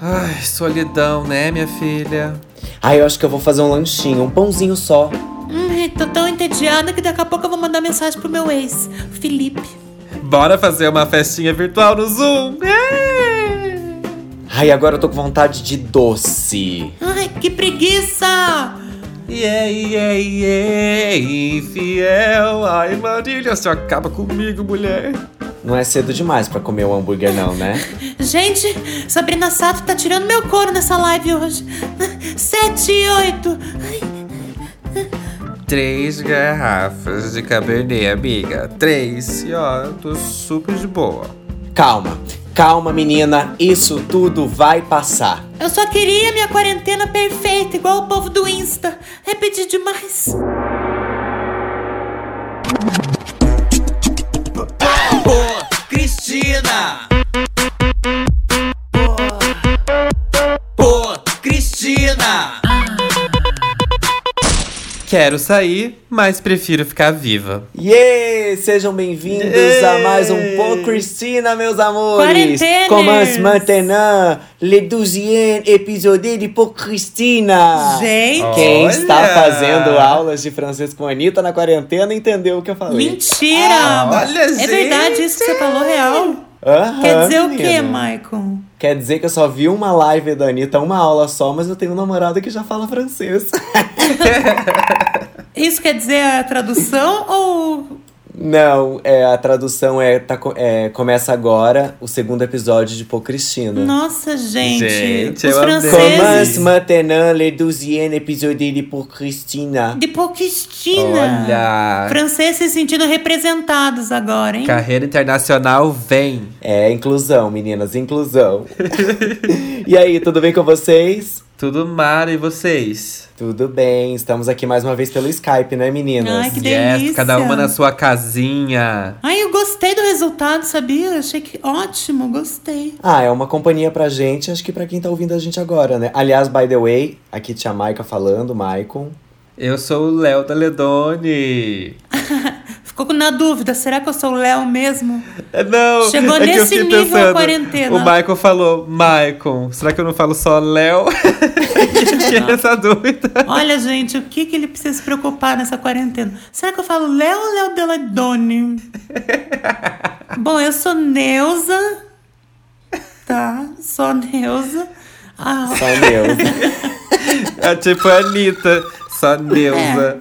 Ai, solidão, né, minha filha? Ai, eu acho que eu vou fazer um lanchinho, um pãozinho só. Hum, tô tão entediada que daqui a pouco eu vou mandar mensagem pro meu ex, Felipe. Bora fazer uma festinha virtual no Zoom! Ai, agora eu tô com vontade de doce. Ai, que preguiça! Yeah, yeah, yeah, infiel! Ai, Marília, você acaba comigo, mulher! Não é cedo demais pra comer um hambúrguer, não, né? Gente, Sabrina Sato tá tirando meu couro nessa live hoje. Sete e oito. Ai, Três garrafas de Cabernet, amiga. Três. E ó, eu tô super de boa. Calma, calma, menina. Isso tudo vai passar. Eu só queria minha quarentena perfeita, igual o povo do Insta. É pedir demais. Cristina. Pô, Cristina. Quero sair, mas prefiro ficar viva. Yeah! Sejam bem-vindos Yeah! a mais um Pô Cristina, meus amores! Quarentenas! Commence maintenant le douzième épisode de Pô Cristina! Gente! Quem Olha! está fazendo aulas de francês com a Anitta na quarentena entendeu o que eu falei. Mentira! Ah, Olha, é gente! Ah, verdade isso que você falou real? Aham, Quer dizer o quê, menina? Maicon? Quer dizer que eu só vi uma live da Anitta, uma aula só, mas eu tenho um namorado que já fala francês. Isso quer dizer a tradução ou. Não, é, a tradução é, tá co- é, começa agora o segundo episódio de Pô Cristina. Nossa, gente! Gente, os eu amei. franceses. Commence maintenant le douzième épisode de Pour Christina. De Poquistina! Olha! Franceses se sentindo representados agora, hein? Carreira internacional vem. É, inclusão, meninas, inclusão. e aí, tudo bem com vocês? Tudo mar e vocês? Tudo bem, estamos aqui mais uma vez pelo Skype, né, meninas? Ai, que delícia. yes, cada uma na sua casinha. Ai, eu gostei do resultado, sabia? Achei que ótimo, gostei. Ah, é uma companhia pra gente, acho que pra quem tá ouvindo a gente agora, né? Aliás, by the way, aqui tinha a Maica falando, Maicon. Eu sou o Léo da Ledone. Ficou na dúvida, será que eu sou o Léo mesmo? É, Não, Chegou é que eu nesse fiquei nível a pensando, quarentena. O Michael falou, Michael, será que eu não falo só Léo? Eu Fiquei nessa dúvida. Olha, gente, o que, que ele precisa se preocupar nessa quarentena? Será que eu falo Léo ou Léo Deladone? Bom, eu sou Neuza. Tá, sou Neuza. Ah, Só o Tá, meu. É tipo a Anitta, só Neuza.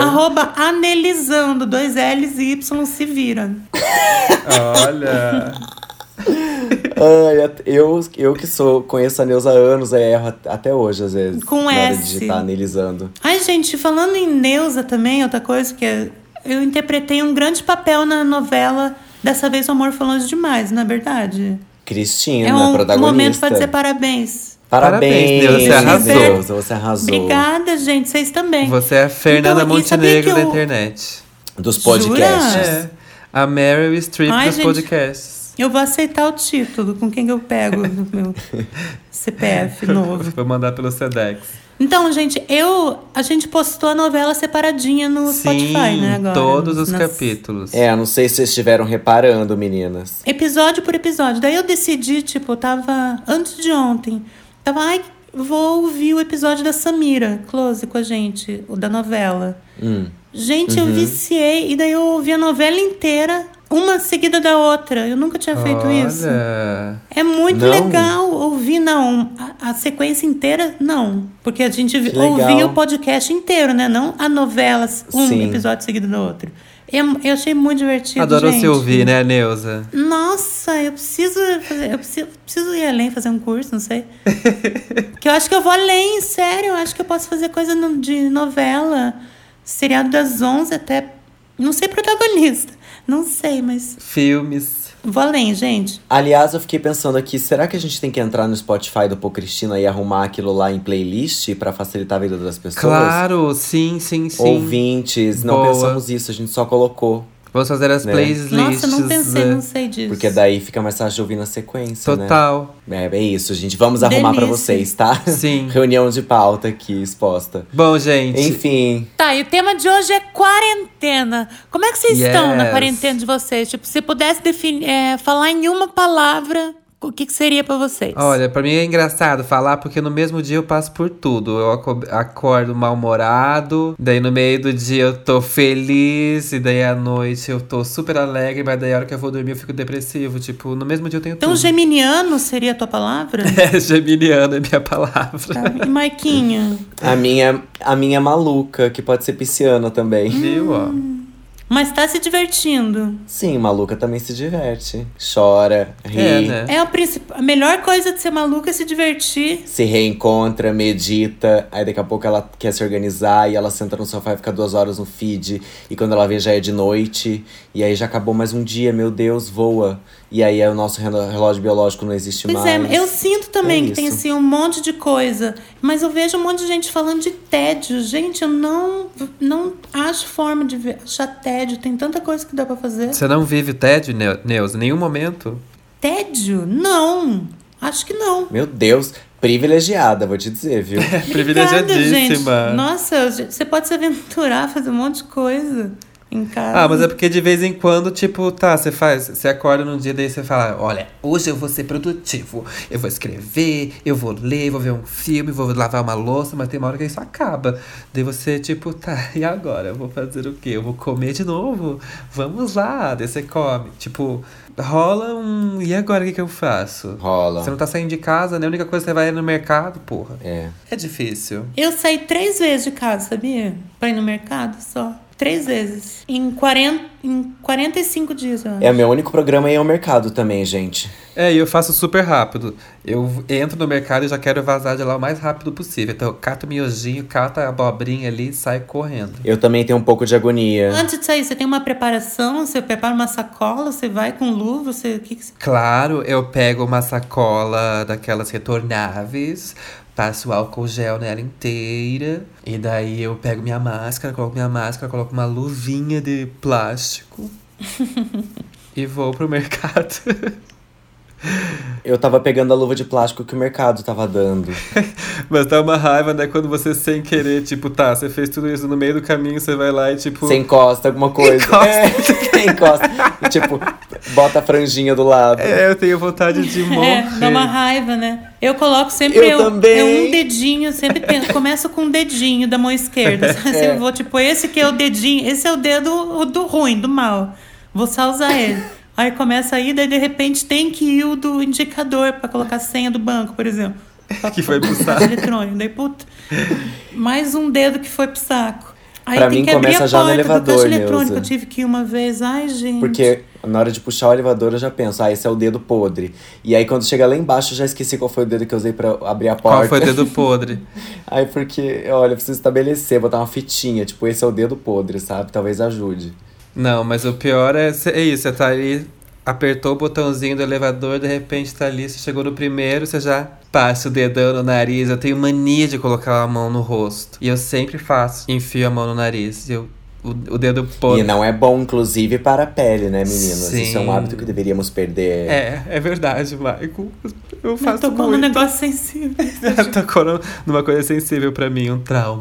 Arroba anelizando, dois L's e Y se vira. É. Olha. Ai, eu, eu que sou, conheço a Neuza há anos, aí erro at- até hoje, às vezes. Com na hora S. de digitar, analisando. Ai, gente, falando em Neuza também, outra coisa que é, eu interpretei um grande papel na novela Dessa vez o amor foi longe demais, não é verdade? Cristina, é um protagonista. momento para dizer parabéns. Parabéns, Parabéns, Neuza, você arrasou. Neuza, você arrasou. Obrigada, gente, vocês também. Você é a Fernanda Então, e sabia Montenegro que da eu- internet. Dos podcasts. Jura? É. A Meryl Streep Ai, dos gente. podcasts. Eu vou aceitar o título, com quem que eu pego no meu CPF novo. Vou mandar pelo Sedex. Então, gente, eu a gente postou a novela separadinha no Sim, Spotify, né, agora. todos os Nas- capítulos. É, não sei se vocês estiveram reparando, meninas. Episódio por episódio. Daí eu decidi, tipo, eu tava. Antes de ontem. Tava, ai, vou ouvir o episódio da Samira Close com a gente, o da novela. Hum. Gente, eu viciei. E daí eu ouvi a novela inteira, uma seguida da outra. Eu nunca tinha feito isso. Olha. É muito Não. legal ouvir, não. A, a sequência inteira, não. Porque a gente vi- Que legal. ouvia o podcast inteiro, né? Não a novela, um Sim. episódio seguido do outro. Eu, eu achei muito divertido. Adorou gente. se ouvir, né, Neuza? Nossa, eu preciso fazer, eu preciso, preciso ir além fazer um curso, não sei. que eu acho que eu vou além, sério, eu acho que eu posso fazer coisa no- de novela, seriado das 11 até, não sei protagonista, não sei, mas Filmes. vou além, gente. Aliás, eu fiquei pensando aqui, será que a gente tem que entrar no Spotify do Pô Cristina e arrumar aquilo lá em playlist pra facilitar a vida das pessoas? Claro, sim, sim, sim. Ouvintes, não Boa. pensamos isso, a gente só colocou. Vamos fazer as Né? playlists. né? Nossa, não é, pensei, não sei disso. Porque daí fica mais fácil de ouvir na sequência, né? Total. É, é isso, gente. Vamos arrumar pra Delícia. vocês, tá? Sim. Reunião de pauta aqui exposta. Bom, gente. Enfim, Tá, e o tema de hoje é quarentena. Como é que vocês Yes. estão na quarentena de vocês? Tipo, se pudesse defini- é, falar em uma palavra, O que, que seria pra vocês? Olha, pra mim é engraçado falar porque no mesmo dia eu passo por tudo. Eu aco- acordo mal-humorado, daí no meio do dia eu tô feliz, e daí à noite eu tô super alegre, mas daí a hora que eu vou dormir eu fico depressivo. Tipo, no mesmo dia eu tenho então, tudo. geminiano seria a tua palavra? É, geminiano é minha palavra. Tá. E Maiquinho? A minha, a minha é maluca, que pode ser pisciana Ah. também. Viu, ó? Mas tá se divertindo. Sim, maluca também se diverte. Chora, ri, É, né? É a, princip... a melhor coisa de ser maluco é se divertir. se reencontra, medita. Aí daqui a pouco ela quer se organizar e ela senta no sofá e fica duas horas no feed. E quando ela vê já é de noite. E aí já acabou mais um dia, meu Deus, voa. E aí é o nosso reno- relógio biológico não existe Pois mais. é, eu sinto também é que tem isso. assim um monte de coisa, mas eu vejo um monte de gente falando de tédio. Gente, eu não, não acho forma de ver- achar tédio. Tem tanta coisa que dá pra fazer. Você não vive o tédio, Ne- Neus, em nenhum momento? Tédio? Não. Acho que não. Meu Deus, privilegiada, vou te dizer, viu? Privilegiadíssima. gente. Nossa, gente, você pode se aventurar, fazer um monte de coisa em casa. Ah, mas é porque de vez em quando, tipo, tá, você faz, você acorda num dia daí você fala, olha, hoje eu vou ser produtivo, eu vou escrever, eu vou ler, vou ver um filme, vou lavar uma louça, mas tem uma hora que isso acaba. Daí você, tipo, tá, e agora? Eu vou fazer o quê? Eu vou comer de novo? Vamos lá, daí você come. Tipo, rola um. E agora o que, que eu faço? Rola. Você não tá saindo de casa, né? A única coisa que você vai é no mercado, porra. É. É difícil. Eu saí três vezes de casa, sabia? Pra ir no mercado só. Três vezes. Em, 40, em 45 dias, eu acho. É o meu único programa e é o mercado também, gente. É, e eu faço super rápido. Eu entro no mercado e já quero vazar de lá o mais rápido possível. Então eu cato o miojinho, cato a abobrinha ali e saio correndo. Eu também tenho um pouco de agonia. Antes de sair, você tem uma preparação, você prepara uma sacola, você vai com luva, você. o Que que você... Claro, eu pego uma sacola daquelas retornáveis, passo álcool gel nela inteira. E daí eu pego minha máscara, coloco minha máscara, coloco uma luvinha de plástico. e vou pro mercado. Eu tava pegando a luva de plástico que o mercado tava dando. Mas dá uma raiva, né? Quando você sem querer, tipo, tá, você fez tudo isso no meio do caminho, você vai lá e tipo. Você encosta alguma coisa. Encosta. É, encosta. E, tipo, bota a franjinha do lado. É, eu tenho vontade de morrer. É, dá uma raiva, né? Eu coloco sempre. Eu também. um dedinho, eu sempre penso, começo com um dedinho da mão esquerda. sabe? Assim, Eu vou, tipo, esse que é o dedinho, esse é o dedo o do ruim, do mal. Vou só usar ele. Aí começa aí, daí de repente tem que ir o do indicador pra colocar a senha do banco, por exemplo. Que foi pro saco. eletrônico. Daí, puta, mais um dedo que foi pro saco. Aí Pra tem mim, que abrir começa a já no porta elevador, do caixa eletrônico. Neuza. Eu tive que ir uma vez. Ai, gente. Porque na hora de puxar o elevador eu já penso, ah, esse é o dedo podre. E aí quando chega lá embaixo eu já esqueci qual foi o dedo que eu usei pra abrir a porta. Qual foi o dedo podre? Aí porque, olha, eu preciso estabelecer, botar uma fitinha, tipo, esse é o dedo podre, sabe? Talvez ajude. Não, mas o pior é, cê- é isso, você tá ali, apertou o botãozinho do elevador, de repente tá ali, você chegou no primeiro, você já passa o dedão no nariz. Eu tenho mania de colocar a mão no rosto. E eu sempre faço, enfio a mão no nariz. Eu, o, o dedo E podre. não é bom, inclusive, para a pele, né, meninas? Isso é Sim. um hábito que deveríamos perder. É, é verdade, Michael. Eu Eu faço tô com um muito. negócio sensível. Tocou no- numa coisa sensível pra mim, um trauma.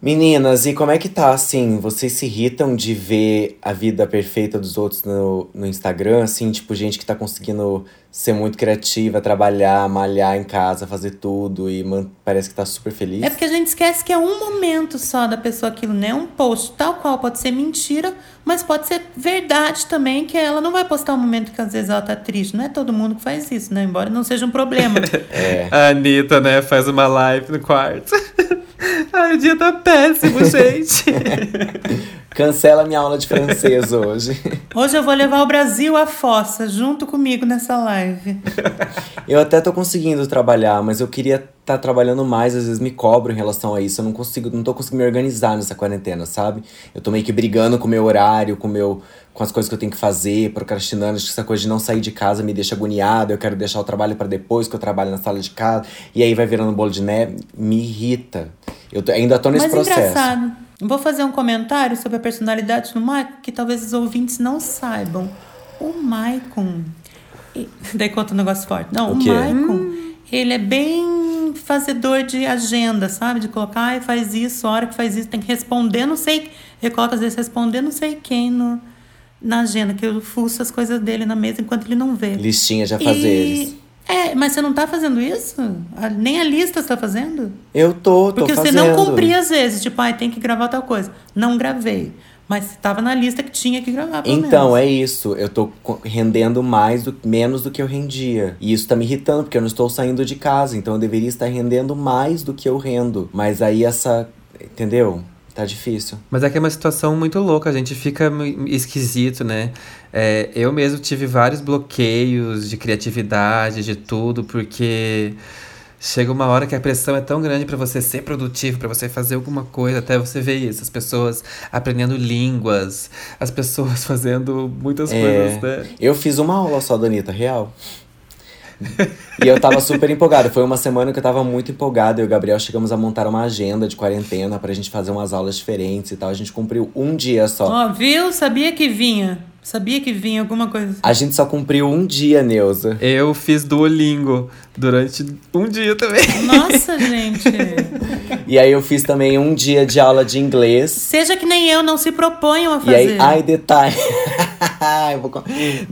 Meninas, e como é que tá assim? Vocês se irritam de ver a vida perfeita dos outros no, no Instagram, assim, tipo, gente que tá conseguindo ser muito criativa, trabalhar, malhar em casa, fazer tudo e man- parece que tá super feliz. É porque a gente esquece que é um momento só da pessoa aquilo, né? Um post tal qual pode ser mentira, mas pode ser verdade também, que ela não vai postar um momento que às vezes ela tá triste. Não é todo mundo que faz isso, né? Embora não seja um problema. É. A Anitta, né, faz uma live no quarto. Ai, o dia tá péssimo, gente. Cancela minha aula de francês hoje. Hoje eu vou levar o Brasil à fossa, junto comigo nessa live. Eu até tô conseguindo trabalhar, mas eu queria estar trabalhando mais, às vezes me cobro em relação a isso. Eu não consigo, não tô conseguindo me organizar nessa quarentena, sabe? Eu tô meio que brigando com o meu horário, com o meu com as coisas que eu tenho que fazer, procrastinando, acho que essa coisa de não sair de casa me deixa agoniado, eu quero deixar o trabalho pra depois que eu trabalho na sala de casa, e aí vai virando um bolo de neve, me irrita. Eu tô- ainda tô nesse Mas processo. engraçado, vou fazer um comentário sobre a personalidade do Maicon que talvez os ouvintes não saibam. O Maicon. e- Daí conta um negócio forte. Não, O o, quê? Maicon, ele é bem fazedor de agenda, sabe? De colocar, "Ai, faz isso, a hora que faz isso, tem que responder, não sei. Ele coloca, às vezes, responder, não sei quem no, na agenda, que eu fuço as coisas dele na mesa enquanto ele não vê. Listinha de afazeres. E- É, mas você não tá fazendo isso? A- Nem a lista você tá fazendo? Eu tô, tô Porque fazendo. você não cumpria às vezes, tipo, ai, tem que gravar tal coisa. Não gravei. Mas tava na lista que tinha que gravar. Pelo Então, menos. é isso. Eu tô co- rendendo mais do, menos do que eu rendia. E isso tá me irritando, porque eu não estou saindo de casa. Então eu deveria estar rendendo mais do que eu rendo. Mas aí essa. Entendeu? Tá difícil. Mas é que é uma situação muito louca, a gente fica mu- esquisito, né? É, eu mesmo tive vários bloqueios de criatividade, de tudo, porque chega uma hora que a pressão é tão grande pra você ser produtivo, pra você fazer alguma coisa, até você ver isso, as pessoas aprendendo línguas, as pessoas fazendo muitas É. coisas, né? Eu fiz uma aula só da Anitta, real. e eu tava super empolgado. Foi uma semana que eu tava muito empolgado. Eu e o Gabriel chegamos a montar uma agenda de quarentena pra gente fazer umas aulas diferentes e tal. A gente cumpriu um dia só. Ó, viu? Sabia que vinha. Sabia que vinha alguma coisa. assim. A gente só cumpriu um dia, Neuza. Eu fiz Duolingo durante um dia também. Nossa, gente. E aí eu fiz também um dia de aula de inglês. Seja que nem eu, não se proponham a E aí, fazer. ai, detalhe. eu vou, con-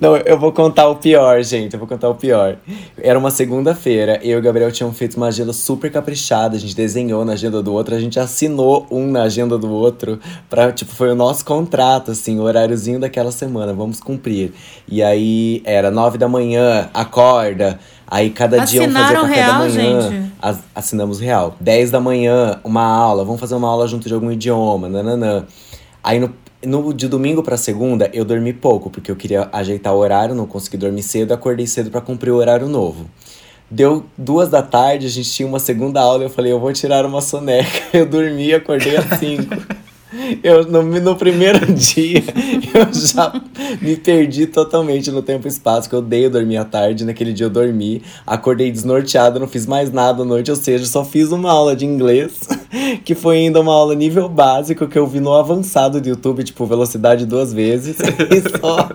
não, eu vou contar o pior, gente. Eu vou contar o pior. Era uma segunda-feira, eu e o Gabriel tinham feito uma agenda super caprichada. A gente desenhou na agenda do outro, a gente assinou um na agenda do outro. Pra, tipo, foi o nosso contrato, assim, o horáriozinho daquela semana. Vamos cumprir. E aí era nove da manhã, acorda. Aí cada dia vamos fazer Assinaram café da real, manhã. gente? As- assinamos real. 10 da manhã, uma aula, vamos fazer uma aula junto de algum idioma, nananã. Aí no, no- de domingo pra segunda, eu dormi pouco, porque eu queria ajeitar o horário, não consegui dormir cedo, acordei cedo pra cumprir o horário novo. Deu duas da tarde, a gente tinha uma segunda aula, eu falei, eu vou tirar uma soneca. Eu dormi, acordei às cinco. Eu, no, no primeiro dia, eu já me perdi totalmente no tempo e espaço, que eu odeio dormir à tarde. Naquele dia eu dormi, acordei desnorteado, não fiz mais nada à noite, ou seja, só fiz uma aula de inglês, que foi ainda uma aula nível básico, que eu vi no avançado do YouTube, tipo, velocidade duas vezes, e só.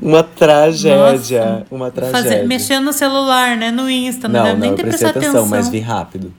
Uma tragédia, uma tragédia. Fazer, mexendo no celular, né? No Insta. Não, Não, deve não, nem eu ter prestei prestado atenção, mas vi rápido.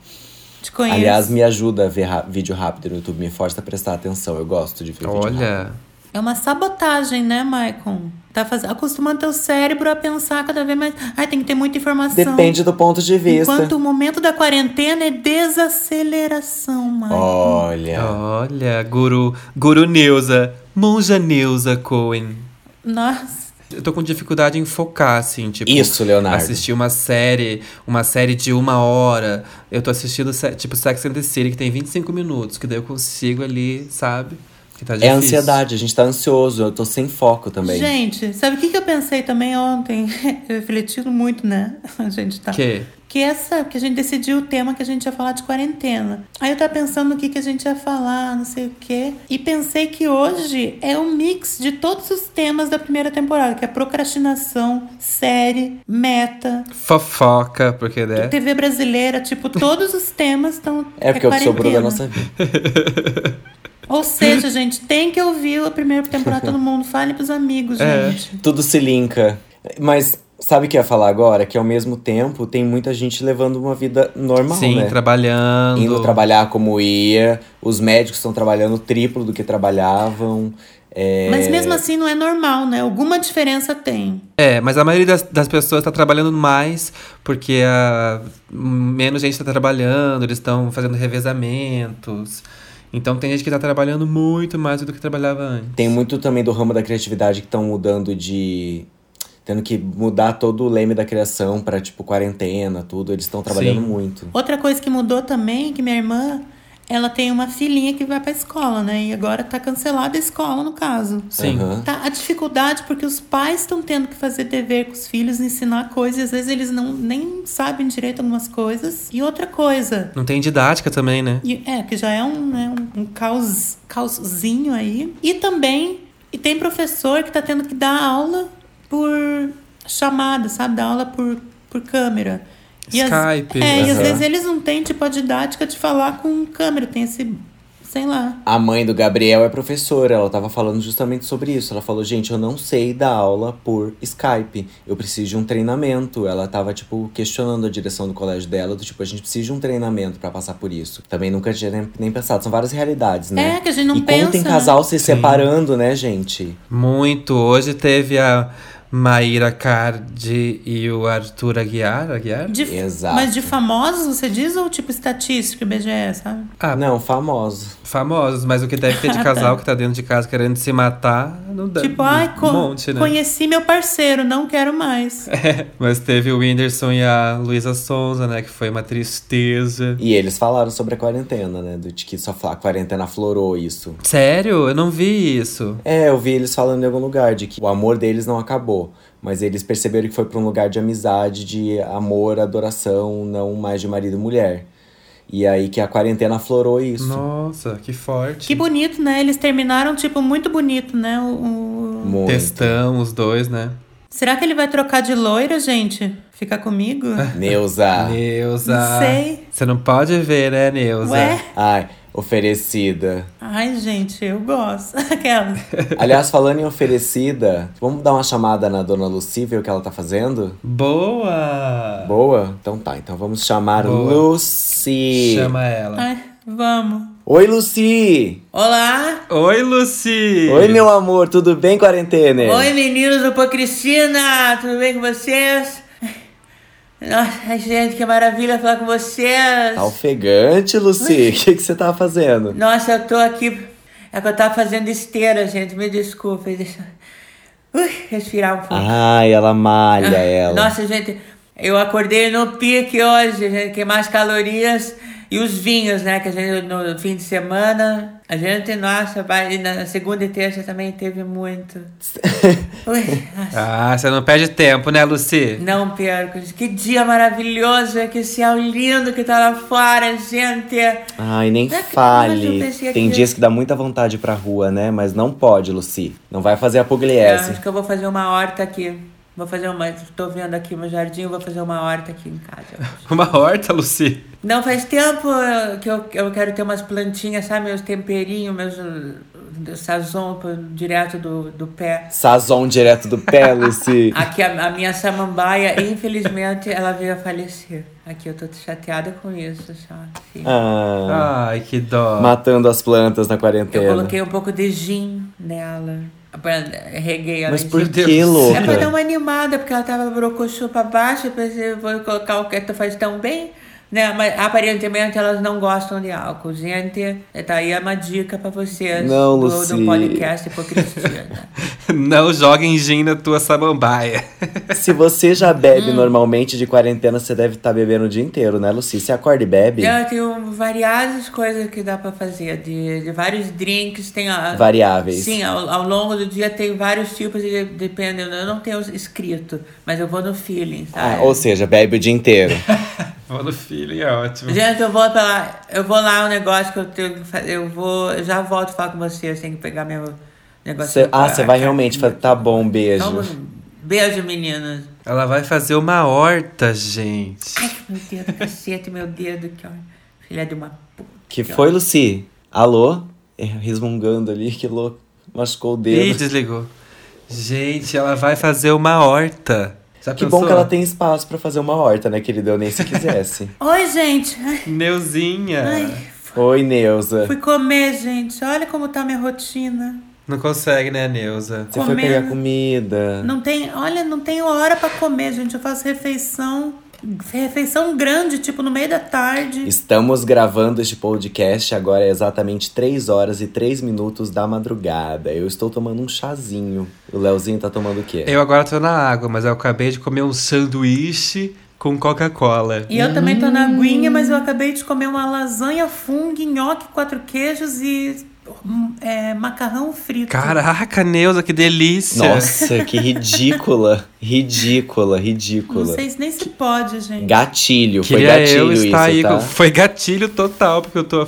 Te conheço. Aliás, me ajuda a ver ra- vídeo rápido no YouTube, me força a prestar atenção. Eu gosto de ver vídeo rápido. Olha, É uma sabotagem, né, Maicon? Tá faz... acostumando teu cérebro a pensar cada vez mais. Ai, tem que ter muita informação. Depende do ponto de vista. Enquanto né? o momento da quarentena é desaceleração, Maicon. Ah, Olha. olha, guru, guru Neuza, monja Neuza Cohen. Nossa. Eu tô com dificuldade em focar, assim, tipo. Isso, Leonardo. Assistir uma série, uma série de uma hora. Eu tô assistindo, se- tipo, Sex and the City, que tem 25 minutos, que daí eu consigo ali, sabe? Que tá É difícil. ansiedade, a gente tá ansioso, eu tô sem foco também. Gente, sabe o que, que eu pensei também ontem? Refletindo muito, né? A gente tá. Que? Que essa, que a gente decidiu o tema que a gente ia falar de quarentena. Aí eu tava pensando no que, que a gente ia falar, não sei o quê. E pensei que hoje é um mix de todos os temas da primeira temporada, que é procrastinação, série, meta, Fofoca, porque, né? TV brasileira, tipo, todos os temas estão. É porque é o que sobrou da quarentena. nossa vida. Ou seja, gente, tem que ouvir a primeira temporada todo mundo. Fale pros amigos, É. gente. Tudo se linka. Mas sabe o que eu ia falar agora? Que ao mesmo tempo tem muita gente levando uma vida normal, Sim, né? trabalhando. Indo trabalhar como ia, os médicos estão trabalhando o triplo do que trabalhavam. é, Mas mesmo assim não é normal, né? Alguma diferença tem. É, mas a maioria das, das pessoas tá trabalhando mais porque a, menos gente tá trabalhando, eles estão fazendo revezamentos. Então tem gente que tá trabalhando muito mais do que trabalhava antes. Tem muito também do ramo da criatividade que estão mudando de. Tendo que mudar todo o leme da criação pra, tipo, quarentena, tudo. Eles estão trabalhando Sim. muito. Outra coisa que mudou também, que minha irmã, ela tem uma filhinha que vai pra escola, né? E agora tá cancelada a escola, no caso. Sim. Aham. Tá a dificuldade porque os pais estão tendo que fazer dever com os filhos, ensinar coisas, e às vezes eles não nem sabem direito algumas coisas. E outra coisa, Não tem didática também, né? E- é, que já é um, né, um, um caos, caoszinho aí. E também, e tem professor que tá tendo que dar aula por chamada, sabe? Dar aula por, por câmera. E às- Skype, é, e às aham. vezes eles não têm, tipo, a didática de falar com câmera. Tem esse sei lá. A mãe do Gabriel é professora, ela tava falando justamente sobre isso. Ela falou, gente, eu não sei dar aula por Skype. Eu preciso de um treinamento. Ela tava, tipo, questionando a direção do colégio dela, do tipo, a gente precisa de um treinamento pra passar por isso. Também nunca tinha nem, nem pensado. São várias realidades, né? É, que a gente não e pensa, quanto tem né? casal se separando, né, gente? Muito. Hoje teve a Maíra Cardi e o Arthur Aguiar. Aguiar? De, Exato. Mas de famosos, você diz? Ou tipo estatística, IBGE, sabe? Ah, Não, famoso. famosos, mas o que deve ter de casal que tá dentro de casa querendo se matar, não dá. Tipo, ai, um co- monte, né? conheci meu parceiro, não quero mais. Mas teve o Whindersson e a Luísa Sonza, né? Que foi uma tristeza. E eles falaram sobre a quarentena, né? Do de que só a quarentena aflorou isso. Sério? Eu não vi isso. É, eu vi eles falando em algum lugar de que o amor deles não acabou, mas eles perceberam que foi pra um lugar de amizade, de amor, adoração, não mais de marido e mulher. E aí que a quarentena aflorou isso. Nossa, que forte. Que bonito, né? Eles terminaram, tipo, muito bonito, né? O, o- Muito. Testão os dois, né? Será que ele vai trocar de loira, gente? Fica comigo? Neuza. Neuza. Não sei. Você não pode ver, né, Neuza? Ué? Ai, oferecida. Ai, gente, eu gosto. Aquela. Aliás, falando em oferecida, vamos dar uma chamada na dona Lucy, ver o que ela tá fazendo? Boa! Boa? Então tá, então vamos chamar Boa. Lucy. Chama ela. Ai, vamos. Oi, Lucy! Olá! Oi, Lucy! Oi, meu amor, tudo bem, quarentena? Oi, meninos do Pô Cristina, tudo bem com vocês? Nossa, gente, que maravilha falar com vocês. Tá ofegante, Lucy. O que, que você tava fazendo? Nossa, eu tô aqui. É que eu tava fazendo esteira, gente, me desculpem. Deixa... Ui, respirar um pouco. Ai, ela malha ela. Ah, Nossa, gente, eu acordei no pique hoje, gente, que mais calorias e os vinhos, né? Que a gente no fim de semana, a gente, nossa, vai, e na segunda e terça também teve muito. Ui, nossa, Ah, você não perde tempo, né, Lucy? não perco, que dia maravilhoso, que céu lindo que tá lá fora, gente. Ai, nem Não acredito, É, eu fale. pensei Tem que- dias que dá muita vontade pra rua, né? Mas não pode, Lucy. Não vai fazer a Eu pugliese. acho que eu vou fazer uma horta aqui. Vou fazer uma. Tô vendo aqui meu jardim, vou fazer uma horta aqui em casa. Uma horta, Lucy. Não, faz tempo eh, que eu, eu quero ter umas plantinhas, sabe? Meus temperinhos, meus uh, sazon pô, direto do, do pé. Sazon direto do pé, Lucy. Aqui a, a minha samambaia, infelizmente, ela veio a falecer. Aqui eu tô chateada com isso, sabe? Ah, Ai, que dó. matando as plantas na Eu quarentena. coloquei um pouco de gin nela. Pra- eh, Reguei ela Mas em por gin. que, Deus. louca? É pra dar uma animada, porque ela tava brocochô pra baixo, eu pensei, vou colocar o que tu faz tão bem, né? Mas aparentemente elas não gostam de álcool, gente. Tá aí uma dica pra vocês Não, do, Lucy. do podcast Hipocrisia. Né? Não joguem gin na tua samambaia. Se você já Hum. bebe normalmente de quarentena, você deve estar bebendo o dia inteiro, né, Lucy? Você acorda e bebe? Eu tenho variadas coisas que dá pra fazer, de, de vários drinks, tem a, Variáveis. Sim, ao, ao longo do dia tem vários tipos, de, dependendo. Eu não tenho escrito, mas eu vou no feeling, Ah, sabe? ou seja, bebe o dia inteiro. Vou no feeling, é Uhum. ótimo. Gente, eu vou pela. Eu vou lá um negócio que eu tenho que fazer. Eu vou. Eu já volto falar com vocês. Tenho que pegar meu negócio. Cê- ah, pra- você vai realmente falar, tá bom, beijo. Então, Beijo, meninas. Ela vai fazer uma horta, gente. Ai, meu dedo, cacete, meu dedo. Que ó, filha de uma puta. Que foi, Lucy? Alô? É, Resmungando ali, que louco. Machucou o Ih, dedo. desligou. Gente, ela vai fazer uma horta. Já que pensou? bom que ela tem espaço pra fazer uma horta, né, querida? Eu nem se quisesse. Oi, gente! Ai, Neuzinha. ai, Oi, Neuza. fui comer, gente. Olha como tá minha rotina. Não consegue, né, Neuza? Você foi comendo. pegar comida. Não tem, olha, não tenho hora pra comer, gente. Eu faço refeição, refeição grande, tipo no meio da tarde. Estamos gravando este podcast agora é exatamente 3 horas e 3 minutos da madrugada. Eu estou tomando um chazinho. O Leozinho tá tomando o quê? Eu agora tô na água, mas eu acabei de comer um sanduíche com Coca-Cola. E eu também tô na aguinha, mas eu acabei de comer uma lasanha fungo, nhoque, quatro queijos e hum, é, macarrão frito. Caraca, Neuza, que delícia. Nossa, que ridícula. Ridícula, Não ridícula. sei se nem se pode, gente. Gatilho, foi Queria eu gatilho isso, estar aí. tá? com- Foi gatilho total, porque eu tô.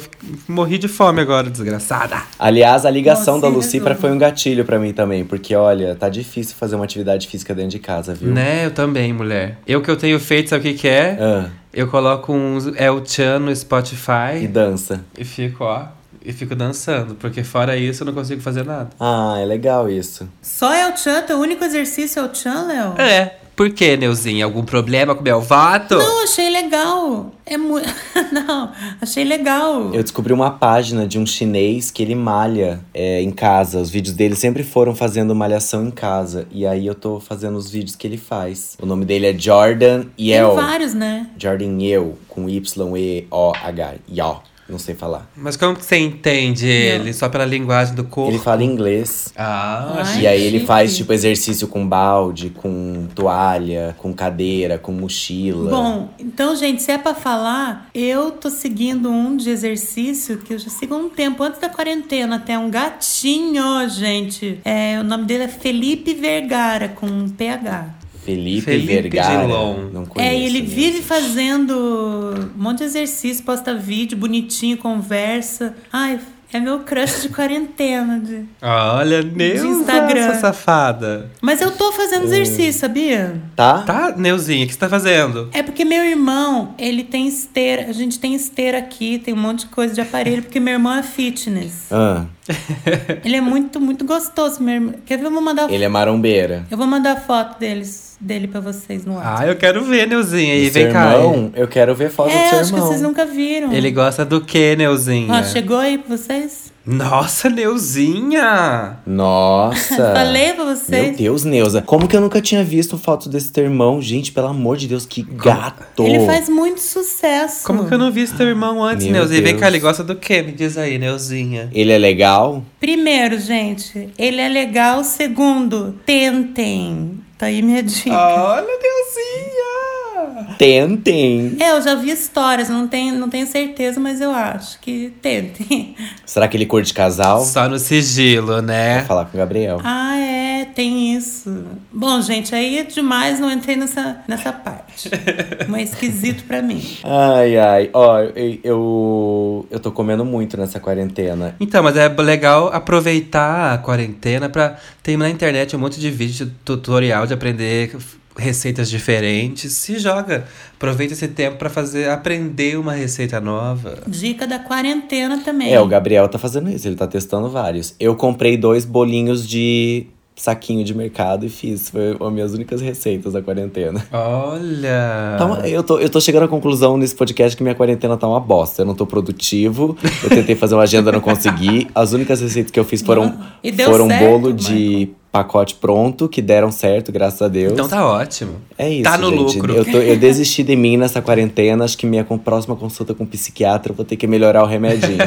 Morri de fome agora, desgraçada. Aliás, a ligação Você da Lucy pra- resolve. foi um gatilho pra mim também, porque olha, tá difícil fazer uma atividade física dentro de casa, viu? Né, eu também, mulher. Eu que eu tenho feito, sabe o que, que é? Ah, Eu coloco uns El Chan é no Spotify e dança. e fico, ó, e fico dançando, porque fora isso eu não consigo fazer nada. Ah, é legal isso. Só é o Tchan, teu único exercício é o Tchan, Léo? É. Por que, Neuzinha? Algum problema com o meu vato? Não, achei legal. É muito. Não, achei legal. Eu descobri uma página de um chinês que ele malha é, em casa. Os vídeos dele sempre foram fazendo malhação em casa. E aí eu tô fazendo os vídeos que ele faz. O nome dele é Jordan Yeo. Tem vários, né? Jordan Yeo, com Y-E-O-H. Yeo. Não sei falar. Mas como que você entende ele? Só pela linguagem do corpo? Ele fala inglês. Ah, Ai. achei- E aí ele chique. faz, tipo, exercício com balde, com toalha, com cadeira, com mochila. Bom, então, gente, se é pra falar, eu tô seguindo um de exercício que eu já sigo há um tempo, antes da quarentena, até um gatinho, gente. É, o nome dele é Felipe Vergara, com um PH. Felipe, Felipe Vergara. Dilon. Não É, conheço. e ele né? vive fazendo um monte de exercício, posta vídeo bonitinho, conversa. Ai, é meu crush de quarentena. de- Olha, Neuza, Instagram. sua safada. Mas eu tô fazendo exercício, sabia? Tá? Tá, Neuzinha, o que você tá fazendo? É porque meu irmão, ele tem esteira. A gente tem esteira aqui, tem um monte de coisa de aparelho, porque meu irmão é fitness. Ah, Ele é muito, muito gostoso, meu irmão. Quer ver? Eu vou mandar, ele é marombeira. eu vou mandar foto deles, dele pra vocês no ar. Ah, eu quero ver, Neuzinha. E E seu vem cá. irmão, eu quero ver foto do é, seu acho que irmão. vocês nunca viram. Ele é gosta do que, Neuzinha? Ah, Ó, chegou aí pra vocês? Nossa, Neuzinha! Nossa. Falei pra Meu vocês. Deus, Neuza. Como que eu nunca tinha visto foto desse teu irmão? Gente, pelo amor de Deus, que gato. Ele faz muito sucesso. Como que eu não vi seu irmão antes, Meu Neuzinha? E Vem Deus. cá, ele gosta do que? Me diz aí, Neuzinha. Ele é legal? Primeiro, gente, ele é legal. Segundo, tentem. Tá aí minha dica. Olha, Neuzinha! Tentem. É, eu já vi histórias, não tenho, não tenho certeza, mas eu acho que tentem. Será que ele curte casal? Só no sigilo, né? Vou falar com o Gabriel. Ah, é, tem isso. Bom, gente, aí é demais, não entrei nessa, nessa parte. Não é esquisito pra mim. Ai, ai. Ó, eu, eu, eu tô comendo muito nessa quarentena. Então, mas é legal aproveitar a quarentena pra. Tem na internet um monte de vídeo de tutorial de aprender receitas diferentes. Se joga. Aproveita esse tempo pra fazer aprender uma receita nova. Dica da quarentena também. É, o Gabriel tá fazendo isso, ele tá testando vários. Eu comprei dois bolinhos de saquinho de mercado e fiz. Foi as minhas únicas receitas da quarentena. Olha. Tá Ah. uma- eu, tô, eu tô chegando à conclusão nesse podcast que minha quarentena tá uma bosta. Eu não tô produtivo, eu tentei fazer uma agenda, não consegui. As únicas receitas que eu fiz foram, E deu foram um certo, bolo de pacote pronto, que deram certo, graças a Deus. Então tá ótimo. É isso, Tá no gente. lucro. Eu, tô- eu desisti de mim nessa quarentena. Acho que minha com- próxima consulta com o psiquiatra eu vou ter que melhorar o remedinho.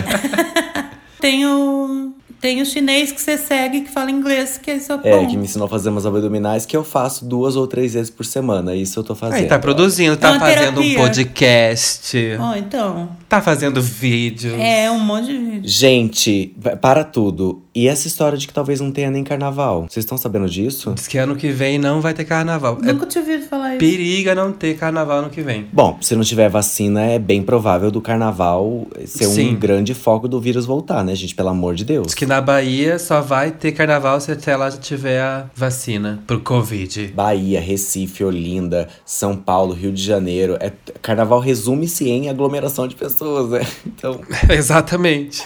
Tem o, tem o chinês que você segue que fala inglês, que é só é, bom. que me ensinou a fazer umas abdominais que eu faço duas ou três vezes por semana. Isso eu tô fazendo. Aí tá produzindo, tá É uma fazendo um terapia. podcast, Ó, então, tá fazendo vídeo. é um monte de vídeo. Gente, pa- para tudo. E essa história de que talvez não tenha nem carnaval? Vocês estão sabendo disso? Diz que ano que vem não vai ter carnaval. É Nunca te ouvi falar isso. periga não ter carnaval ano que vem. Bom, se não tiver vacina, é bem provável do carnaval ser Sim. um grande foco do vírus voltar, né, gente? Pelo amor de Deus. Diz que na Bahia só vai ter carnaval se até lá já tiver a vacina pro Covid. Bahia, Recife, Olinda, São Paulo, Rio de Janeiro. É, carnaval resume-se em aglomeração de pessoas, né? Então, Exatamente.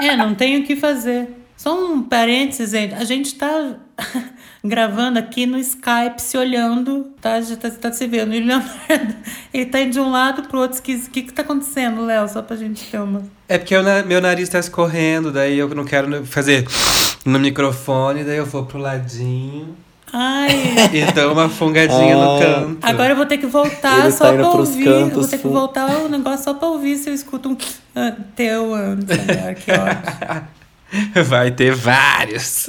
É, não tenho o que fazer. Só um parênteses, gente. A gente tá gravando aqui no Skype, se olhando, tá? Já tá, tá se vendo. E o Leonardo, ele tá indo de um lado pro outro. O que, que que tá acontecendo, Léo? Só pra gente ter uma... É porque eu na- meu nariz tá escorrendo, daí eu não quero ne- fazer no microfone, daí eu vou pro ladinho Ai... e dou uma fungadinha no Ah. canto. Agora eu vou ter que voltar Ele só tá indo pra pros ouvir. eu vou cantos, ter que fu- voltar o negócio só pra ouvir se eu escuto um ah, teu antes. agora, que ótimo. Vai ter vários.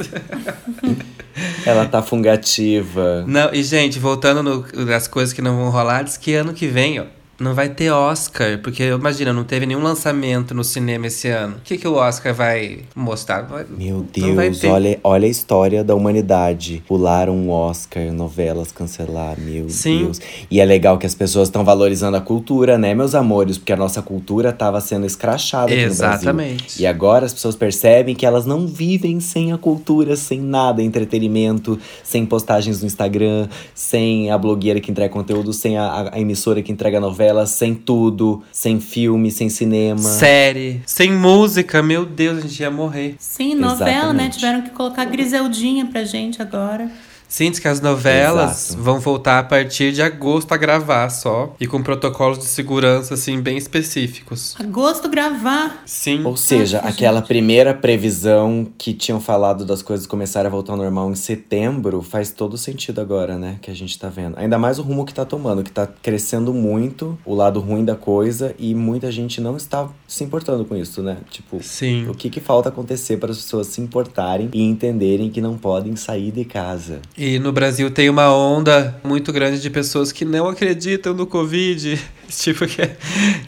ela tá fungativa. Não, e gente, voltando no- nas coisas que não vão rolar, diz que ano que vem, ó, não vai ter Oscar, porque imagina, não teve nenhum lançamento no cinema esse ano. O que, que o Oscar vai mostrar? Vai- Meu não Então vai Deus, ter. olha, olha a história da humanidade. Pularam um Oscar, novelas cancelar, meu Sim. Deus. E é legal que as pessoas estão valorizando a cultura, né, meus amores? Porque a nossa cultura estava sendo escrachada aqui no Brasil. Exatamente. E agora as pessoas percebem que elas não vivem sem a cultura, sem nada, entretenimento, sem postagens no Instagram, sem a blogueira que entrega conteúdo, sem a, a- a emissora que entrega novela, novela, sem tudo, sem filme, sem cinema. Série. Sem música, meu Deus, a gente ia morrer. Sim, novela, né? Exatamente. Tiveram que colocar Griseldinha pra gente agora. Sinto que as novelas Exato. vão voltar a partir de agosto a gravar só. E com protocolos de segurança, assim, bem específicos. Agosto gravar. Sim. Ou seja, Nossa, aquela primeira previsão que tinham falado das coisas começarem a voltar ao normal em setembro faz todo sentido agora, né? Que a gente tá vendo. Ainda mais o rumo que tá tomando, que tá crescendo muito o lado ruim da coisa e muita gente não está se importando com isso, né? Tipo, Sim. o que que falta acontecer para as pessoas se importarem e entenderem que não podem sair de casa? E no Brasil tem uma onda muito grande de pessoas que não acreditam no Covid. tipo, que é,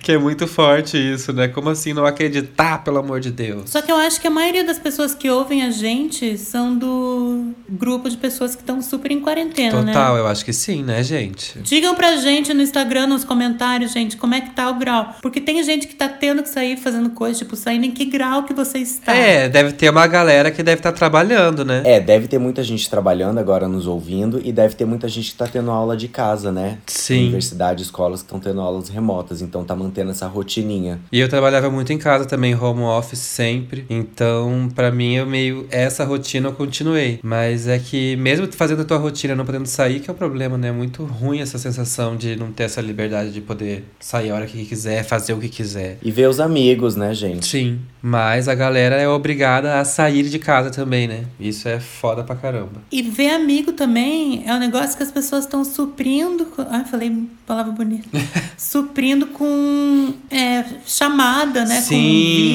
que é muito forte isso, né? Como assim não acreditar, pelo amor de Deus? Só que eu acho que a maioria das pessoas que ouvem a gente são do grupo de pessoas que estão super em quarentena, né? Total, eu acho que sim, né, gente? Digam pra gente no Instagram, nos comentários, gente, como é que tá o grau. Porque tem gente que tá tendo que sair fazendo coisa, tipo, saindo em que grau que você está. É, deve ter uma galera que deve estar trabalhando, né? É, deve ter muita gente trabalhando agora nos ouvindo e deve ter muita gente que tá tendo aula de casa, né? Sim. Universidade, escolas que estão tendo aulas remotas, então tá mantendo essa rotininha. E eu trabalhava muito em casa também, home office sempre. Então, pra mim, eu meio. Essa rotina eu continuei. Mas é que, mesmo fazendo a tua rotina, não podendo sair, que é o problema, né? É muito ruim essa sensação de não ter essa liberdade de poder sair a hora que quiser, fazer o que quiser. E ver os amigos, né, gente? Sim. Mas a galera é obrigada a sair de casa também, né? Isso é foda pra caramba. E ver amigo também é um negócio que as pessoas estão suprindo. com- Ai, falei palavra bonita. suprindo com é, chamada, né? Sim.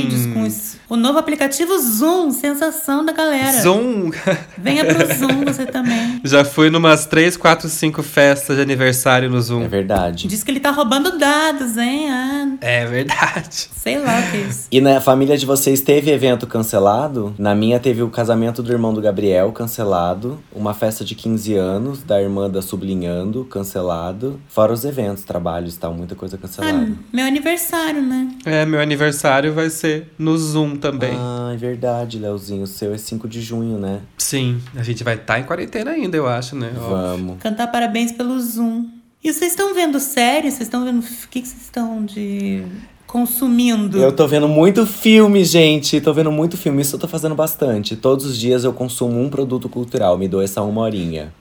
Com vídeos, com isso. O novo aplicativo Zoom, sensação da galera. Zoom! Venha pro Zoom você também. Já fui numas 3, 4, 5 festas de aniversário no É Zoom. verdade. Diz que ele tá roubando dados, hein? Ah, É verdade. sei lá o que é isso. E na família de vocês teve evento cancelado? Na minha teve o casamento do irmão do Gabriel cancelado, uma festa de 15 anos da irmã da Sublinhando cancelado, fora os eventos, trabalhos e tal, muita coisa cancelada. Ah, meu aniversário, né? É, meu aniversário vai ser no Zoom também. Ah, é verdade, Leozinho, o seu é 5 de junho, né? Sim, a gente vai estar em quarentena ainda, eu acho, né? Ó. Vamos. Cantar parabéns pelo Zoom. E vocês estão vendo série? Vocês estão vendo. O que que vocês estão de. consumindo? Eu tô vendo muito filme, gente. Tô vendo muito filme. Isso eu tô fazendo bastante. Todos os dias eu consumo um produto cultural. Me dou essa uma horinha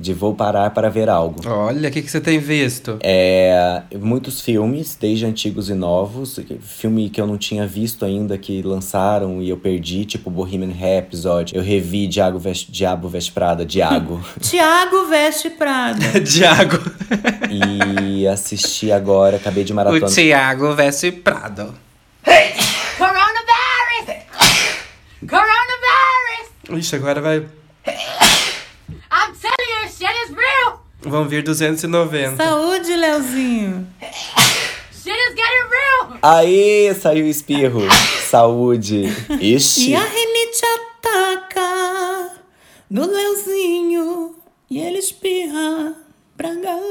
de vou parar para ver algo. Olha, o que, que você tem visto? É, muitos filmes, desde antigos e novos. Filme que eu não tinha visto ainda, que lançaram e eu perdi, tipo Bohemian Rhapsody. Eu revi Diago Ves- Diabo Vesprada, Diago. Tiago veste É. Prada. Tiago. e assisti agora, acabei de O maratona. Tiago veste Prado. Coronavirus! Coronavirus! Ixi, agora vai. I'm telling you, shit is real! Vão vir 290. Saúde, Leozinho. Shit is getting real! Aê, saiu o espirro. Saúde. Ixi. E a rinite ataca no Leozinho. E ele espirra pra galera.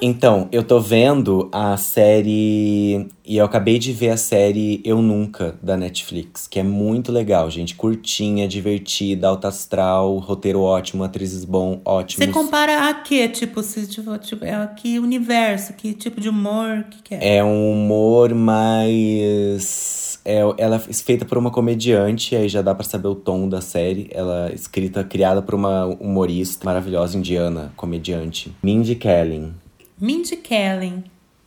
Então, eu tô vendo a série. E eu acabei de ver a série Eu Nunca, da Netflix, que é muito legal, gente. Curtinha, divertida, alta astral, roteiro ótimo, atrizes bom, ótimos. Você compara a quê? Tipo, se, tipo, tipo, é a que universo? Que tipo de humor? Que que é? É um humor mais. É, ela é feita por uma comediante, aí já dá pra saber o tom da série. Ela é escrita, criada por uma humorista maravilhosa indiana, comediante. Mindy Kaling. Mindy Kellen.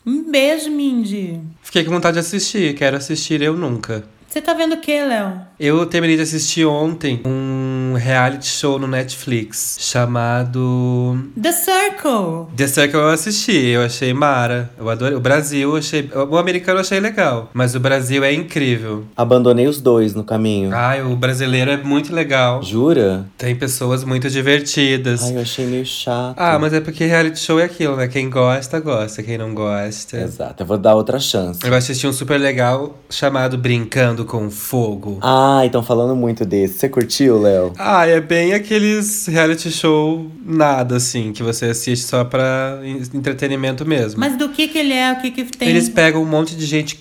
Um beijo, Mindy. Fiquei com vontade de assistir, quero assistir eu nunca. Você tá vendo o que, Léo? Eu terminei de assistir ontem um reality show no Netflix chamado The Circle. The Circle eu assisti, eu achei mara. Eu adorei. O Brasil eu achei. O americano eu achei legal. Mas o Brasil é incrível. Abandonei os dois no caminho. Ai, o brasileiro é muito legal. Jura? Tem pessoas muito divertidas. Ai, eu achei meio chato. Ah, mas é porque reality show é aquilo, né? Quem gosta, gosta. Quem não gosta. Exato, eu vou dar outra chance. Eu assisti um super legal chamado Brincando com Fogo. Ah, então falando muito desse. Você curtiu, Léo? Ah, é bem aqueles reality show nada, assim, que você assiste só pra en- entretenimento mesmo. Mas do que que ele é? O que que tem? Eles pegam um monte de gente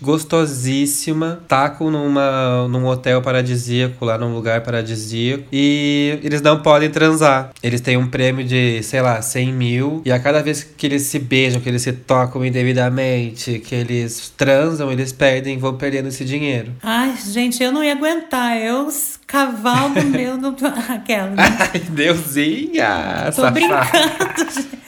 gostosíssima, tacam numa, num hotel paradisíaco, lá num lugar paradisíaco, e eles não podem transar. Eles têm um prêmio de, sei lá, 100 mil, e a cada vez que eles se beijam, que eles se tocam indevidamente, que eles transam, eles perdem, vão perdendo esse dinheiro. Ai, gente, eu não ia aguentar. Eu s- cavalgo meu no... Aquela. né? Ai, Deusinha! Tô safada. brincando, gente.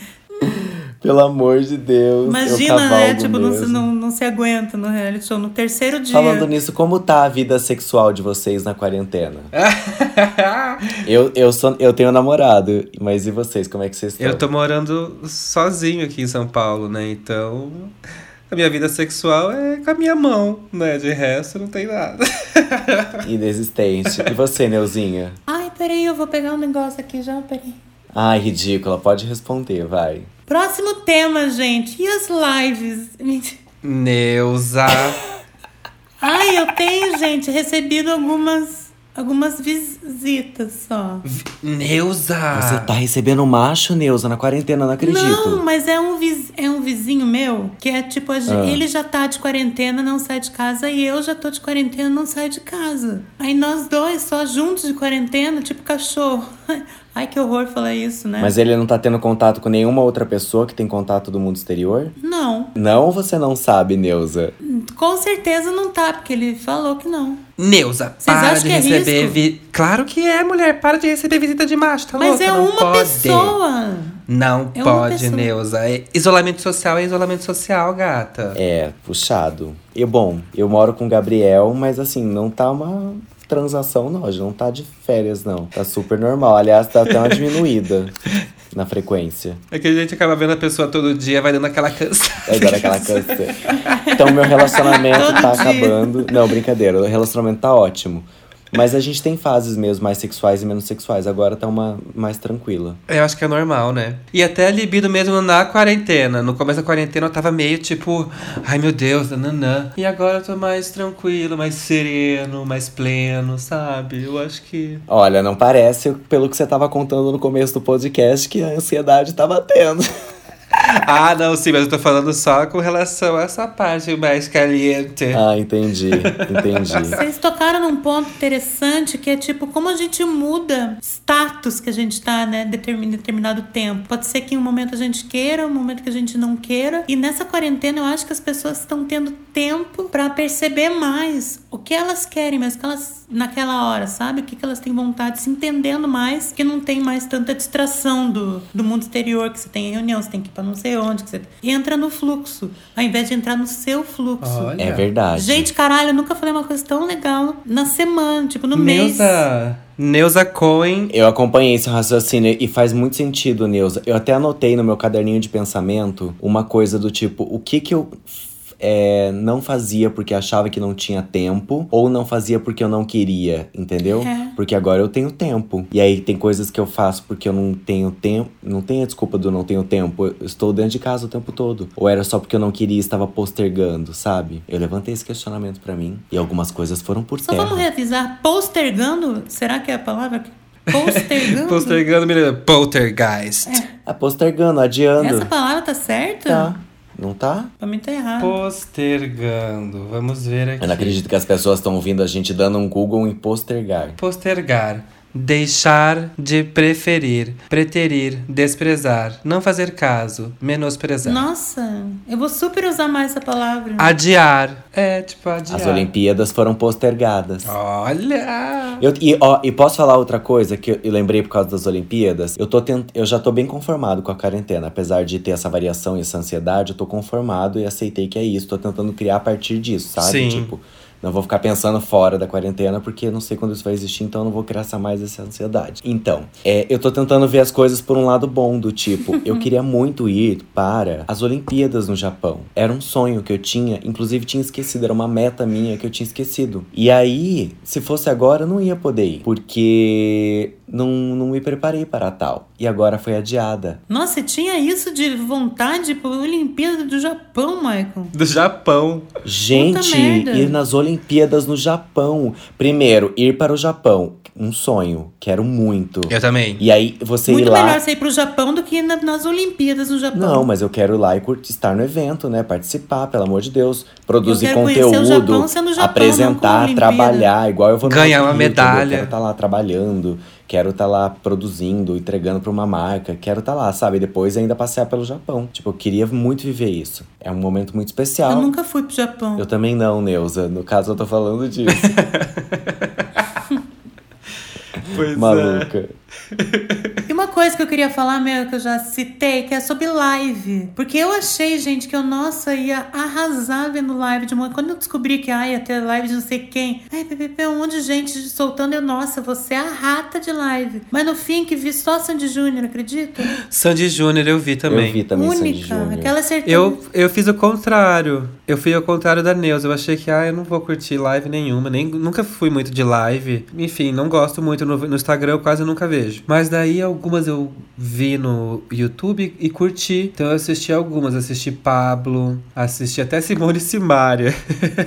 Pelo amor de Deus. eu Imagina, cavalgo né? Tipo, não, se- mesmo. não, não se aguenta no reality show. No terceiro dia. Falando nisso, como tá a vida sexual de vocês na quarentena? É. eu, eu, sou, eu tenho namorado, mas e vocês? Como é que vocês estão? Eu tô morando sozinho aqui em São Paulo, né? Então a minha vida sexual é com a minha mão, né? De resto não tem nada. Inexistente. E você, Neuzinha? Ai, peraí, eu vou pegar um negócio aqui já, peraí. Ai, ridícula. Pode responder, vai. Próximo tema, gente. E as lives? Mentira. Neuza. Ai, eu tenho, gente, recebido algumas, algumas visitas só. Neuza! Você tá recebendo macho, Neuza, na quarentena, não acredito. Não, mas é um, viz, é um vizinho meu que é tipo, a gen- Ah. ele já tá de quarentena, não sai de casa, e eu já tô de quarentena, não saio de casa. Aí nós dois só juntos de quarentena, tipo cachorro. Ai, que horror falar isso, né? Mas ele não tá tendo contato com nenhuma outra pessoa que tem contato do mundo exterior? Não, Não, você não sabe, Neuza. com certeza não tá, porque ele falou que não. Neuza, Vocês para acham de que é receber. risco? vi- Claro que é, mulher. Para de receber visita de macho, tá Mas louca? é não uma pode. pessoa. Não É uma pode, pessoa. Neuza. É- Isolamento social é isolamento social, gata. É, puxado. E bom, eu moro com o Gabriel, mas assim, não tá uma transação, não. A gente não tá de férias, não. Tá super normal. Aliás, tá até uma diminuída na frequência. É que a gente acaba vendo a pessoa todo dia, vai dando aquela cansa. Agora É, aquela câncer. Então, meu relacionamento tá acabando. Não, brincadeira, o relacionamento tá ótimo. Mas a gente tem fases mesmo, mais sexuais e menos sexuais. Agora tá uma mais tranquila. Eu acho que é normal, né? E até a libido mesmo na quarentena. No começo da quarentena eu tava meio tipo, ai meu Deus, nananã. E agora eu tô mais tranquilo, mais sereno, mais pleno, sabe? Eu acho que. Olha, não parece pelo que você tava contando no começo do podcast que a ansiedade tá batendo. Ah, não, sim, mas eu tô falando só com relação a essa parte mais caliente. Ah, entendi, entendi. Vocês tocaram num ponto interessante que é tipo como a gente muda status que a gente tá, né, determin- determinado tempo. Pode ser que em um momento a gente queira, um momento que a gente não queira. E nessa quarentena eu acho que as pessoas estão tendo tempo pra perceber mais o que elas querem, mas o que elas naquela hora, sabe? O que, que elas têm vontade, se entendendo mais, que não tem mais tanta distração do, do mundo exterior, que você tem reunião, você tem que ir pra não sei onde, que você entra no fluxo, ao invés de entrar no seu fluxo. Olha. É verdade. Gente, caralho, eu nunca falei uma coisa tão legal na semana, tipo, no mês. Neuza. Neuza Cohen. Eu acompanhei esse raciocínio e faz muito sentido, Neuza. Eu até anotei no meu caderninho de pensamento uma coisa do tipo: o que que eu. é, não fazia porque achava que não tinha tempo, ou não fazia porque eu não queria, entendeu? É. Porque agora eu tenho tempo. E aí tem coisas que eu faço porque eu não tenho tempo. Não tenho a desculpa do não tenho tempo. Eu estou dentro de casa o tempo todo. Ou era só porque eu não queria e estava postergando, sabe? Eu levantei esse questionamento pra mim e algumas coisas foram por Só terra. vamos revisar. Postergando? Será que é a palavra? Postergando? Postergando, menina. Poltergeist. É. Ah, postergando, adiando. Essa palavra tá certa? Tá. Não tá? Pra mim tá errado. Postergando. Vamos ver aqui. Eu não acredito que as pessoas estão ouvindo a gente dando um Google em postergar. Postergar. Deixar de preferir, preterir, desprezar, não fazer caso, menosprezar. Nossa, eu vou super usar mais essa palavra. Ah. Adiar. É, tipo, adiar. As Olimpíadas foram postergadas. Ah. Olha! Eu, e, ó, e posso falar outra coisa que eu, eu lembrei por causa das Olimpíadas? Eu, tô tent... eu já tô bem conformado com a quarentena. Apesar de ter essa variação e essa ansiedade, eu tô conformado e aceitei que é isso. Tô tentando criar a partir disso, sabe? Sim. Tipo, não vou ficar pensando fora da quarentena, porque eu não sei quando isso vai existir, então eu não vou criar essa- mais essa ansiedade. Então, é, eu tô tentando ver as coisas por um lado bom, do tipo, eu queria muito ir para as Olimpíadas no Japão. Era um sonho que eu tinha, inclusive tinha esquecido, era uma meta minha que eu tinha esquecido. E aí, se fosse agora, eu não ia poder ir, porque não, não me preparei para tal. E agora foi adiada. Nossa, e tinha isso de vontade pra Olimpíada do Japão, Michael. Do Japão. Gente, merda. ir nas Olimpíadas no Japão. Primeiro, ir para o Japão. Um sonho. Quero muito. Eu também. E aí, você ir Muito lá. melhor você ir pro Japão do que ir na- nas Olimpíadas no Japão. Não, mas eu quero ir lá e curtir, estar no evento, né? Participar, pelo amor de Deus. Produzir Eu quero conhecer o conteúdo, Japão sendo Japão, não com apresentar, Olimpíada. trabalhar, igual eu vou no Ganhar uma Rock in Rio, entendeu? medalha. Quero estar lá trabalhando, quero estar lá produzindo, entregando pra uma marca, quero estar lá, sabe? E Depois ainda passear pelo Japão. Tipo, eu queria muito viver isso. É um momento muito especial. Eu nunca fui pro Japão. Eu também não, Neuza. No caso, eu tô falando disso, Pois é. maluca. E uma coisa que eu queria falar, meu, que eu já citei, que é sobre live. Porque eu achei, gente, que eu, nossa, ia arrasar vendo live de uma. Quando eu descobri que ah, ia ter live de não sei quem. Ai, PPP, um monte de gente soltando. Eu, nossa, você é a rata de live. Mas no fim, que vi só Sandy Júnior, acredita? é. Sandy Júnior eu vi também. Eu vi também Sandy Única. Júnior. Aquela certeza. Eu, eu fiz o contrário. Eu fui ao contrário da Neuza. Eu achei que, ah, eu não vou curtir live nenhuma. Nem, nunca fui muito de live. Enfim, não gosto muito. No, no Instagram eu quase nunca vejo. Mas daí algumas eu vi no YouTube e curti. Então eu assisti algumas. Assisti Pablo, assisti até Simone e Simária.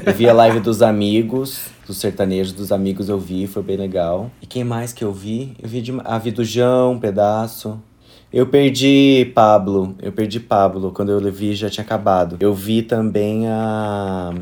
Eu vi a live dos amigos, dos sertanejos dos amigos eu vi, foi bem legal. E quem mais que eu vi? Eu vi de- a Vi do Jão, um pedaço. Eu perdi Pablo, eu perdi Pablo, quando eu vi já tinha acabado. Eu vi também a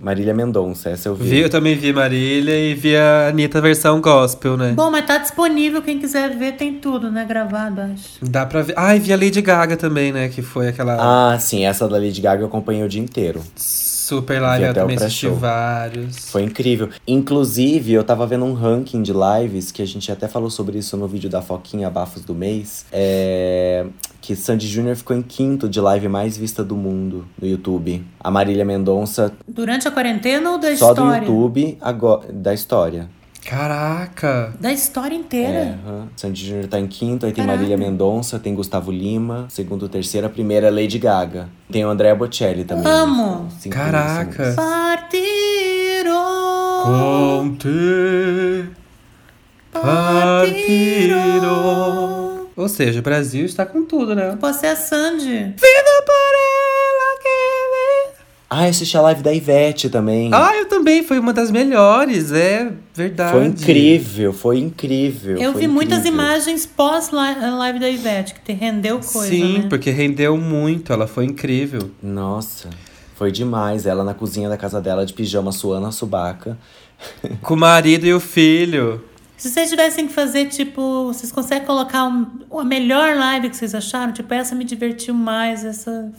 Marília Mendonça, essa eu vi. Vi, eu também vi Marília e vi a Anitta versão gospel, né? Bom, mas tá disponível. Quem quiser ver, tem tudo, né? Gravado, acho. Dá pra ver. Ah, e vi a Lady Gaga também, né? Que foi aquela Ah, sim, essa da Lady Gaga eu acompanhei o dia inteiro. super vi live. Eu até o também assisti pré-show. vários. Foi incrível. Inclusive, eu tava vendo um ranking de lives, que a gente até falou sobre isso no vídeo da Foquinha Abafos do Mês. É... Que Sandy Júnior ficou em quinto de live mais vista do mundo no YouTube. A Marília Mendonça, Durante a quarentena ou da só história? do YouTube, agora, da história. Caraca! Da história É, inteira. aham. Sandy Júnior tá em quinto, aí tem Caralho. Marília Mendonça, tem Gustavo Lima, segundo, terceira, primeira é Lady Gaga. Tem o André Bocelli também. Amo. Cinco Caraca. músicas. Partiram. Conte partiram. Partiram. Ou seja, o Brasil está com tudo, né? Você é Sandy. Ah, eu assisti a live da Ivete também. Ah, eu também, foi uma das melhores, é verdade. Foi incrível, foi incrível. Eu foi vi muitas incrível. imagens pós-live da Ivete, que te rendeu coisa, Sim, né? porque rendeu muito, ela foi incrível. Nossa, foi demais. Ela na cozinha da casa dela de pijama suando a subaca. Com o marido e o filho. Se vocês tivessem que fazer, tipo, vocês conseguem colocar um- a melhor live que vocês acharam? Tipo, essa me divertiu mais, essa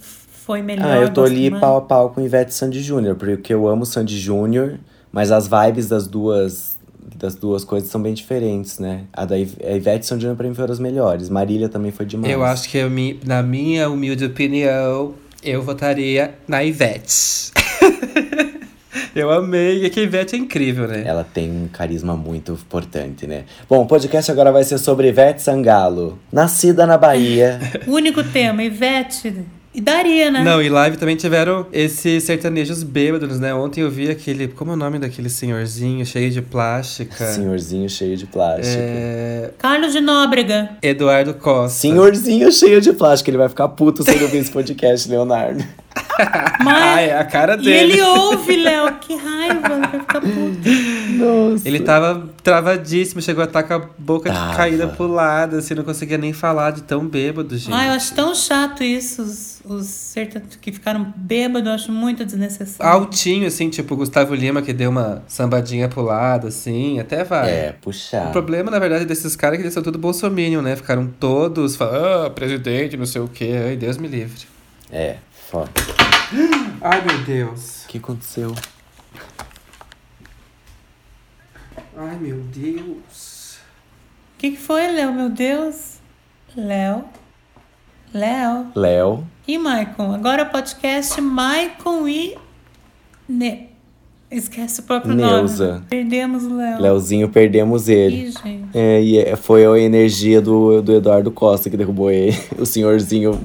foi melhor. ah, eu tô gosto ali mais. pau a pau com Ivete Sandy Júnior, porque eu amo Sandy Júnior, mas as vibes das duas das duas coisas são bem diferentes, né? A da Iv- a Ivete Sandy Júnior pra mim foram as melhores. Marília também foi demais. Eu acho que, eu me- na minha humilde opinião, eu votaria na Ivete. eu amei, é que a Ivete é incrível, né? Ela tem um carisma muito importante, né? Bom, o podcast agora vai ser sobre Ivete Sangalo. Nascida na Bahia, Único tema, Ivete. E daria, né? Não, e live também tiveram esses sertanejos bêbados, né? Ontem eu vi aquele. Como é o nome daquele senhorzinho cheio de plástica? senhorzinho cheio de plástico. É, Carlos de Nóbrega. Eduardo Costa. Senhorzinho cheio de plástico, ele vai ficar puto se ele ouvir esse podcast, Leonardo. Ah, Mas... é a cara e dele. ele ouve, Léo. Que raiva, ele vai ficar puto. Nossa. Ele tava travadíssimo, chegou a estar com a boca de Tava. caída pro lado, assim, não conseguia nem falar de tão bêbado, gente. Ai, Ah, eu acho tão chato isso. Os, os certa- que ficaram bêbados, eu acho muito desnecessário. Altinho, assim, tipo o Gustavo Lima, que deu uma sambadinha pro lado, assim, até vai. É, O puxar. problema, na verdade, desses caras é que eles são tudo bolsominion, né? Ficaram todos falando, ah, presidente, não sei o quê, ai, Deus me livre. É, foda. Ai, meu Deus. O que aconteceu? Ai, meu Deus. O que, que foi, Léo? Meu Deus. Léo. Léo. Léo. E Maicon? Agora podcast Maicon e. Ne... Esquece o próprio Neuza. nome. Perdemos o Léo. Léozinho, perdemos ele. Ih, gente. É, e é- foi a energia do, do Eduardo Costa que derrubou ele. O senhorzinho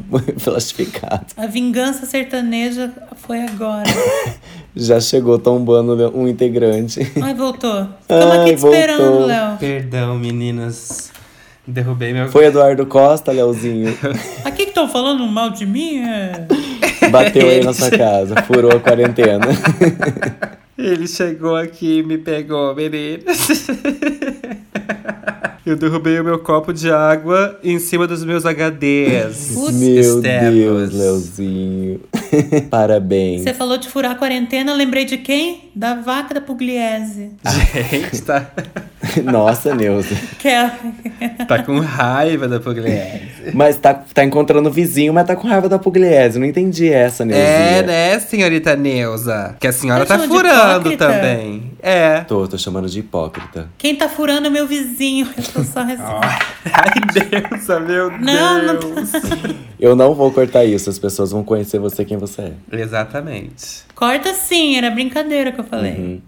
plastificado. A vingança sertaneja foi agora. Já chegou tombando um integrante. Ai, voltou. Estamos Ai, aqui te esperando, voltou. Léo. Perdão, meninas. Derrubei meu. Foi Eduardo Costa, Leozinho. Aqui que estão falando mal de mim é. Bateu aí na sua casa, furou a quarentena. Ele chegou aqui e me pegou, meninas. Eu derrubei o meu copo de água em cima dos meus HDs. Putz, Meu Estevos. Deus, Leozinho. Parabéns. Você falou de furar a quarentena, lembrei de quem? Da vaca da Pugliese. Gente, tá, Nossa, Neuza. Que é... tá com raiva da Pugliese. Mas tá, tá encontrando o vizinho, mas tá com raiva da Pugliese. Não entendi essa, Neuzinha. É, né, senhorita Neuza? Que a senhora Tá tá chamando de furando hipócrita? também. É. Tô, tô chamando de hipócrita. Quem tá furando é meu vizinho. Eu tô só rece- Ah. Ai, Neuza, meu Não, não- Deus. Eu não vou cortar isso, as pessoas vão conhecer você quem você é. Exatamente. Corta sim, era brincadeira que eu falei.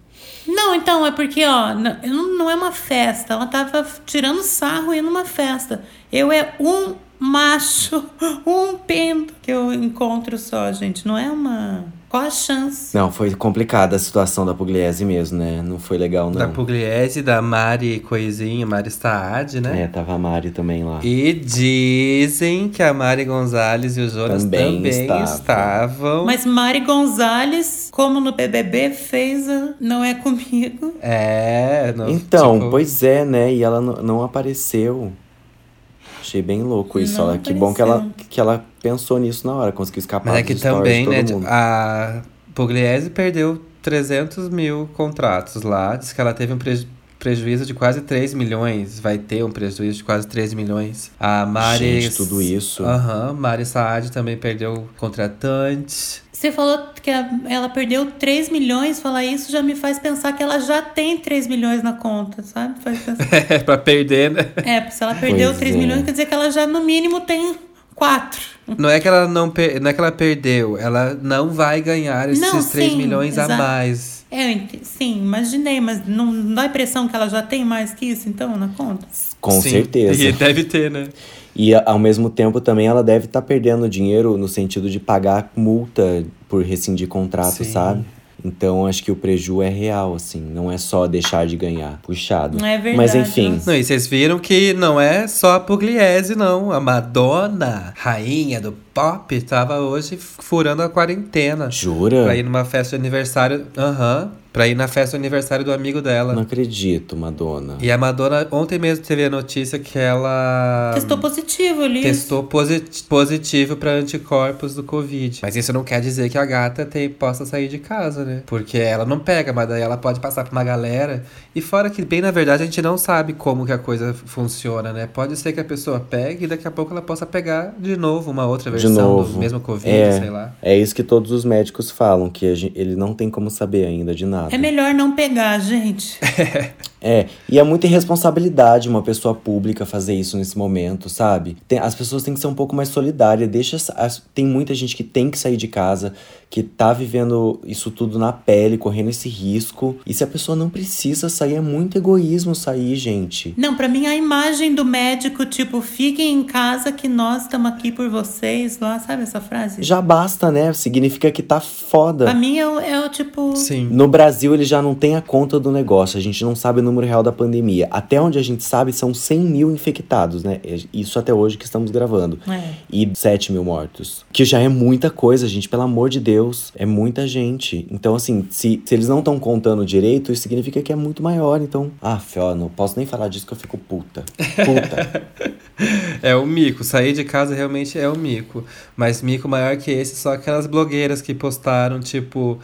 Não, então, é porque, ó, n- eu não, não é uma festa. Ela tava tirando sarro e numa festa. Eu é um macho, um pinto que eu encontro só, gente. Não é uma. Qual a chance? Não, foi complicada a situação da Pugliese mesmo, né? Não foi legal, não. Da Pugliese, da Mari Coisinha, Mari Staad, né? É, tava a Mari também lá. E dizem que a Mari Gonzalez e o Jonas Também também, estavam. estavam. Mas Mari Gonzalez, como no BBB, fez a Não É Comigo. É, não, Então, tipo, pois é, né? E ela n- não apareceu. Achei bem louco isso. Não Ela, que bom que ela, apareceu. que ela pensou nisso na hora, conseguiu escapar Mas é dos que stories também, de todo né? mundo. A Pugliese perdeu 300 mil contratos lá. Diz que ela teve um preju- prejuízo de quase 3 milhões. Vai ter um prejuízo de quase 3 milhões. A Mari. Gente, tudo isso. Aham, Mari Saad também perdeu contratante. Você falou que a- ela perdeu 3 milhões, falar isso já me faz pensar que ela já tem 3 milhões na conta, sabe? Faz pensar. É, pra perder, né? É, porque se ela perdeu Pois 3 é. milhões, quer dizer que ela já no mínimo tem 4. Não é que ela não, per- não é que ela perdeu, ela não vai ganhar esses 3 Não, sim, milhões a exato. mais. É, eu ent- sim, imaginei, mas não, não dá a impressão que ela já tem mais que isso, então, na conta? Com Sim, certeza. E deve ter, né? E a- ao mesmo tempo também ela deve estar perdendo dinheiro no sentido de pagar multa por rescindir contrato, Sim. sabe? Então acho que o preju é real, assim, não é só deixar de ganhar, puxado. Não é verdade, Mas enfim, nossa. Não, e vocês viram que não é só a Pugliese, não. A Madonna, rainha do pop, tava hoje furando a quarentena. jura? Pra ir numa festa de aniversário. Aham. pra ir na festa de aniversário do amigo dela. Não acredito, Madonna. E a Madonna, ontem mesmo teve a notícia que Ah, ela. Testou positivo ali. Testou posi- positivo para anticorpos do Covid. Mas isso não quer dizer que a gata tem- possa sair de casa, né? Porque ela não pega, mas daí ela pode passar pra uma galera. E fora que, bem na verdade, a gente não sabe como que a coisa funciona, né? Pode ser que a pessoa pegue e daqui a pouco ela possa pegar de novo uma outra De versão novo. do mesmo Covid, É. sei lá. É isso que todos os médicos falam, que a gen- ele não tem como saber ainda de nada. É melhor não pegar, gente. É, e é muita irresponsabilidade uma pessoa pública fazer isso nesse momento, sabe? Tem- as pessoas têm que ser um pouco mais solidárias. Deixa, essa- as- tem muita gente que tem que sair de casa, que tá vivendo isso tudo na pele, correndo esse risco. E se a pessoa não precisa sair, é muito egoísmo sair, gente. Não, pra mim a imagem do médico, tipo, fiquem em casa que nós estamos aqui por vocês, lá, sabe essa frase? Já basta, né? Significa que tá Pra foda. mim é, o- é o tipo. Sim. No Brasil, ele já não tem a conta do negócio, a gente não sabe o número real da pandemia. Até onde a gente sabe, são 100 mil infectados, né? Isso até hoje que estamos gravando. É. e 7 mil mortos. Que já é muita coisa, gente, pelo amor de Deus. É muita gente. Então, assim, se, se eles não estão contando direito, isso significa que é muito maior. Então, ah, ó, não posso nem falar disso que eu fico puta. Puta. É o mico. Sair de casa realmente é o mico. Mas mico maior que esse, só aquelas blogueiras que postaram, tipo,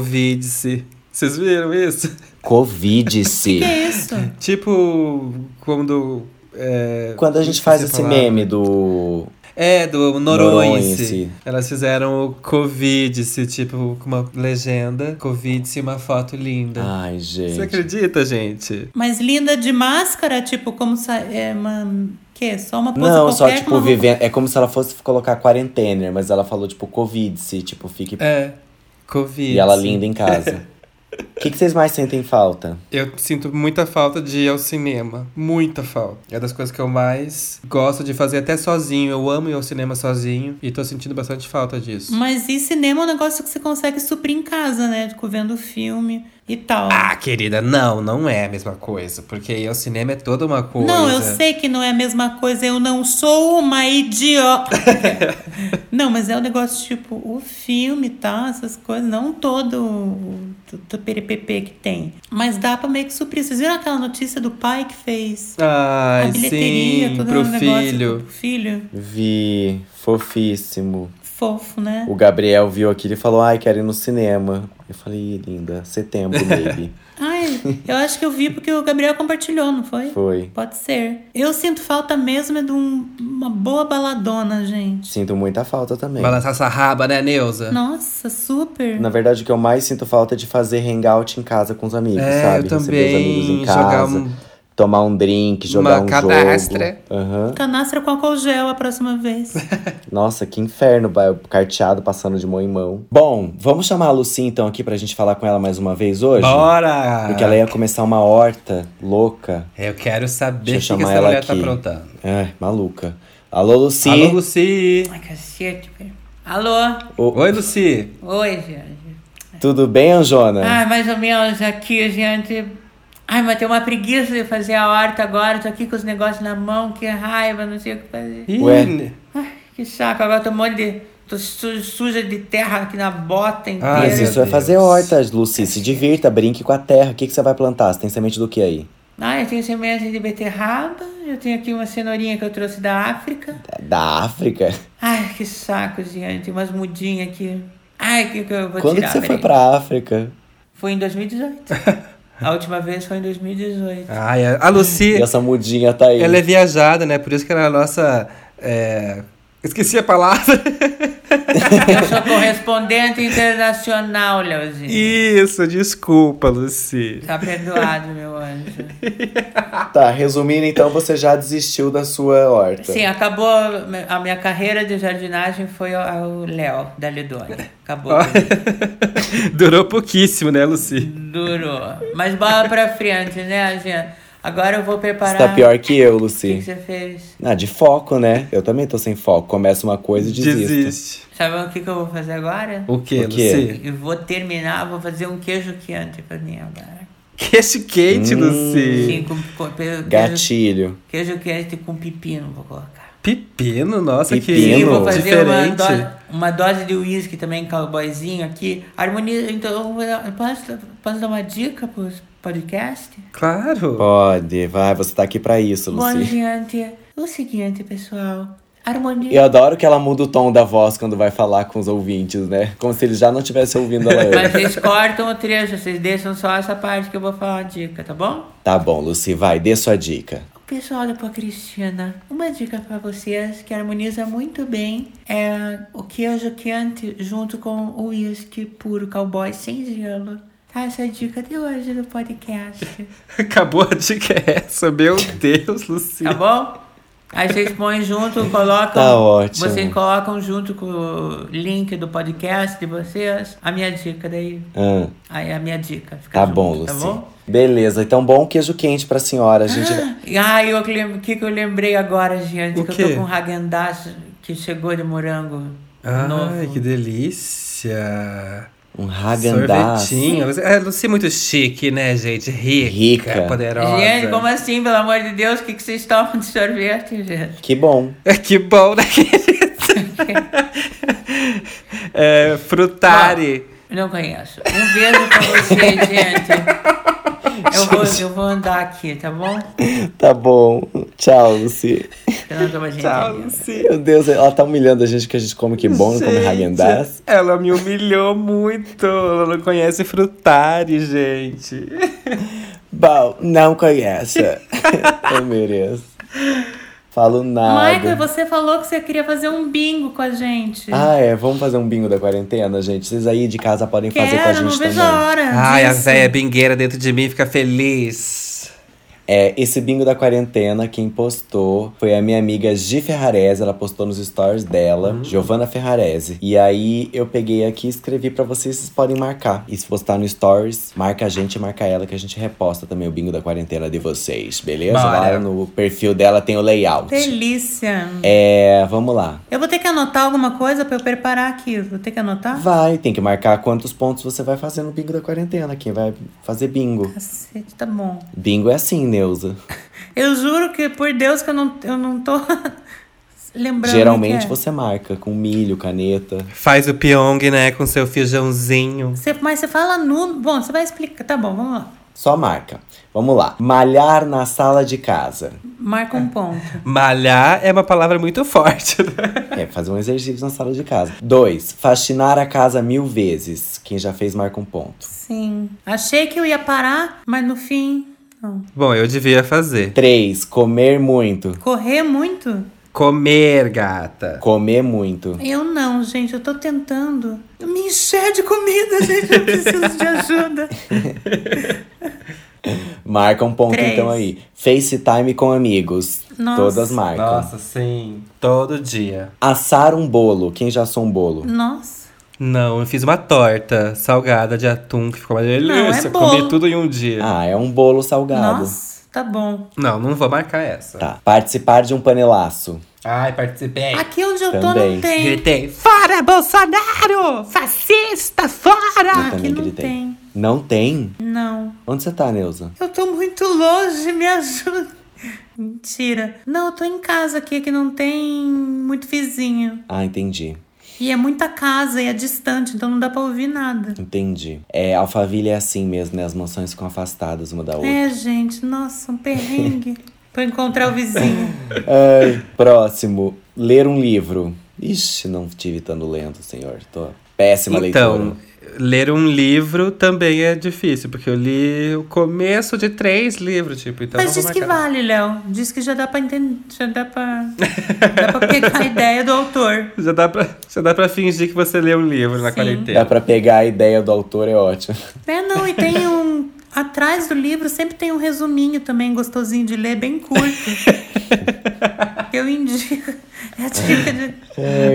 Covid-se. Vocês viram isso? Covid-se. Que é isso? Tipo, quando. É, Quando a gente esqueci faz esse palavra. meme do. É, do Noronha-se. Noronha-se. Elas fizeram o Covid-se, tipo, com uma legenda. Covid-se e uma foto linda. Ai, Você Ah, gente. acredita, gente? Mas linda de máscara, tipo, como. Sa... É uma. Que? Só uma pose Não, qualquer só com uma tipo, roupa- vivendo. É como se ela fosse colocar quarentena, mas ela falou, tipo, Covid-se, tipo, fique. É, Covid. E ela linda em casa. O que, que vocês mais sentem falta? Eu sinto muita falta de ir ao cinema. Muita falta. É das coisas que eu mais gosto de fazer até sozinho. Eu amo ir ao cinema sozinho e tô sentindo bastante falta disso. Mas e cinema é um negócio que você consegue suprir em casa, né? Tipo, vendo filme e tal. Ah, querida, não, não é a mesma coisa. Porque ir ao cinema é toda uma coisa. Não, eu sei que não é a mesma coisa, eu não sou uma idiota. não, mas é um negócio tipo o filme e tal, essas coisas, não todo o o PPP que tem. Mas dá pra meio que suprir. Vocês viram aquela notícia do pai que fez a Ai, bilheteria, sim, todo pro um negócio filho. pro filho? Vi, fofíssimo. Fofo, né? O Gabriel viu aquilo e falou, ai, quero ir no cinema. Eu falei, "Ih, linda, setembro, baby. Ai, eu acho que eu vi porque o Gabriel compartilhou, não foi? Foi. Pode ser. Eu sinto falta mesmo é de um- uma boa baladona, gente. Sinto muita falta também. Balançar essa raba, né, Neuza? Nossa, super. Na verdade, o que eu mais sinto falta é de fazer hangout em casa com os amigos, É, sabe? eu Receber os amigos em também, jogar casa, um- tomar um drink, jogar Uma um cadastra. jogo. Aham. Canastra com álcool gel a próxima vez. Nossa, que inferno, ba- carteado passando de mão em mão. Bom, vamos chamar a Lucy então aqui pra gente falar com ela mais uma vez hoje? Bora! Porque ela ia começar uma horta louca. Eu quero saber o que, Deixa eu que chamar essa ela mulher tá aqui. aprontando. É, maluca. Alô, Lucy. Alô, Lucy! Ai, cacete, velho. Alô? O- Oi, Lucy! Oi, gente. Tudo bem, Anjona? Ai, mais ou menos aqui, gente. Ai, mas tem uma preguiça de fazer a horta agora. Tô aqui com os negócios na mão, que raiva, não sei o que fazer. Ih, Ué. ne- Ai, que saco, agora tô um monte de. tô su- suja de terra aqui na bota inteira. Ai, Mas meu isso é Deus. fazer horta, Lucy. Se divirta, brinque com a terra. O que, que você vai plantar? Você tem semente do que aí? Ai, Ah, eu tenho semente de beterraba, eu tenho aqui uma cenourinha que eu trouxe da África. Da África? Ai, que saco, gente, umas mudinhas aqui. Ai, que, que eu vou Quando que tirar, você foi peraí. pra África? Foi em 2018. a última vez foi em 2018. Ai, a E Lucy, essa mudinha tá aí. ela é viajada, né? Por isso que ela é a nossa. é, Esqueci a palavra. Eu sou correspondente internacional, Leozinho. Isso, desculpa, Lucy. Tá perdoado, meu anjo. Tá, resumindo, então, você já desistiu da sua horta. Sim, acabou a minha carreira de jardinagem foi ao Léo da Lidônia. Acabou. Durou pouquíssimo, né, Lucy? Durou. Mas bola pra frente, né, gente? Agora eu vou Você preparar. tá pior que eu, O que que Lucy. você fez? Ah, de foco, né? Eu também tô sem foco. Começo uma coisa e desisto. Desiste. Sabe o que, que eu vou fazer agora? O que, O quê? Lucy? Eu vou terminar, vou fazer um queijo quente pra mim agora. Queixo quente, Hum. Lucy. Sim, com, com- pe- queijo, Gatilho. queijo quente com pepino, vou colocar. Pepino, nossa, Pepino? que E vou fazer uma diferente. dose, uma dose de uísque também, cowboyzinho aqui. Harmoniza. Então, eu posso, posso dar uma dica pros podcast? Claro. Pode, vai, você tá aqui pra isso, Bom, Lucy. gente, É o seguinte, Eu pessoal. Harmoniza. adoro que ela muda o tom da voz quando vai falar com os ouvintes, né? Como se eles já não estivessem ouvindo ela Mas antes. vocês cortam o trecho, vocês deixam só essa parte que eu vou falar a dica, tá bom? Tá bom, Lucy, vai, dê sua dica. Pessoal da Cristina, uma dica pra vocês que harmoniza muito bem é o queijo quente junto com o uísque puro cowboy sem gelo. Tá, essa é a dica de hoje do podcast, Acabou a dica essa, meu Deus, Lucy. tá bom? Aí vocês põem junto, colocam. Tá ótimo. Vocês colocam junto com o link do podcast de vocês. A minha dica daí. Ah, Aí a minha dica. Fica tá junto, bom, Lucy. Tá bom? Beleza, então bom queijo quente pra senhora. A gente. Ah, eu lem- o que, que eu lembrei agora, gente? O que eu quê? tô com um Hagendaz que chegou de morango. Ai, novo. que delícia. Um ragandaz. Sorvetinho. É, Lucy é muito chique, né, gente? Rica, Rica. poderosa. Gente, como assim, pelo amor de Deus? O que, que vocês tomam de sorvete, gente? Que bom. É que bom, né, querida? é, frutari. Não conheço. Um beijo pra vocês, gente. Eu vou, eu vou andar aqui, tá bom? Tá bom. Tchau, Lucy. Pronto, mas, gente, Tchau, amiga. Lucy. Meu Deus, ela tá humilhando a gente que a gente come que bom, não come Gente, ragandaz. Ela me humilhou muito. Ela não conhece frutari, gente. Bom, não conhece. Eu mereço. Falo nada. Michael, você falou que você queria fazer um bingo com a gente. Ah, é. Vamos fazer um bingo da quarentena, gente. Vocês aí de casa podem fazer com a Quero, não gente vejo também. a hora. Ai, a disso. véia bingueira dentro de mim fica feliz. É, esse bingo da quarentena, quem postou foi a minha amiga Gi Ferrarese. Ela postou nos stories dela, Giovanna Ferrarese. E aí eu peguei aqui e escrevi pra vocês, vocês podem marcar. E se postar no stories, marca a gente, marca ela, que a gente reposta também o bingo da quarentena de vocês, beleza? Bora. Lá no perfil dela tem o layout. Delícia. É, vamos lá. Eu vou ter que anotar alguma coisa pra eu preparar aqui. Vou ter que anotar? Vai, tem que marcar quantos pontos você vai fazer no bingo da quarentena. Quem vai fazer bingo? Cacete, tá bom. Bingo é assim, Neuza. Eu juro que, por Deus, que eu não, eu não tô lembrando. o que Geralmente é. você marca com milho, caneta. Faz o Pyong, né, com seu feijãozinho. Você- Mas você fala nu. Bom, você vai explicar. Tá bom, vamos lá. Só marca. Vamos lá. Malhar na sala de casa. Marca É. um ponto. Malhar é uma palavra muito forte, né? É, fazer um exercício na sala de casa. Dois. Faxinar a casa mil vezes. Quem já fez, marca um ponto. Sim. Achei que eu ia parar, mas no fim. Não. Bom, eu devia fazer. Três. Comer muito. Correr muito? Comer, gata. Comer muito. Eu não, gente. Eu tô tentando. Me encher de comida, gente. Eu preciso de ajuda. Marca um ponto Três. então aí. FaceTime com amigos. Nossa. Todas marcam. Nossa, sim. Todo dia. Assar um bolo. Quem já assou um bolo? Nossa. Não, eu fiz uma torta salgada de atum que ficou uma delícia. bolo. Comi tudo em um dia. Ah, é um bolo salgado. Nossa. Tá bom. Não, não vou marcar essa. Tá. Participar de um panelaço. Ai, participei. Aqui onde eu tô Também. não tem. Gritei. Fora, Bolsonaro! Fascista, fora! Eu Aqui também não gritei. tem. Não tem? Não. Onde você tá, Neuza? Eu tô muito longe, me ajuda. Mentira. Não, eu tô em casa aqui que não tem muito vizinho. Ah, entendi. E é muita casa e é distante, então não dá pra ouvir nada. Entendi. É, Alphaville é assim mesmo, né? As mansões ficam afastadas uma da outra. É, gente, nossa, um perrengue pra encontrar o vizinho. Ai, próximo. Ler um livro. Ixi, não tive tanto lendo, senhor. Tô péssima Então, leitora. ler um livro também é difícil, porque eu li o começo de três livros, tipo, então. Mas não vou diz que marcar. vale, Léo. Diz que já dá pra entender. Já dá pra, dá pra pegar a ideia do autor. Já dá, pra, já dá pra fingir que você lê um livro na Sim. quarentena. Dá pra pegar a ideia do autor, é ótimo. É, não, e tem um. Atrás do livro sempre tem um resuminho também gostosinho de ler, bem curto. Eu indico. É a dica de.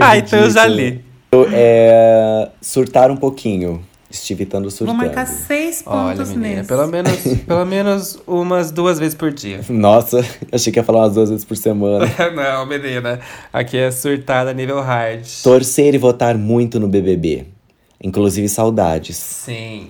Ah, então eu já li. Eu, é, surtar um pouquinho. Estive tando Vou surtando. marcar seis Olha, pontos menina, nesse. pelo menos, pelo menos umas duas vezes por dia. Nossa, achei que ia falar umas duas vezes por semana. Não, menina. Aqui é surtada nível hard. Torcer e votar muito no BBB. Inclusive saudades. Sim.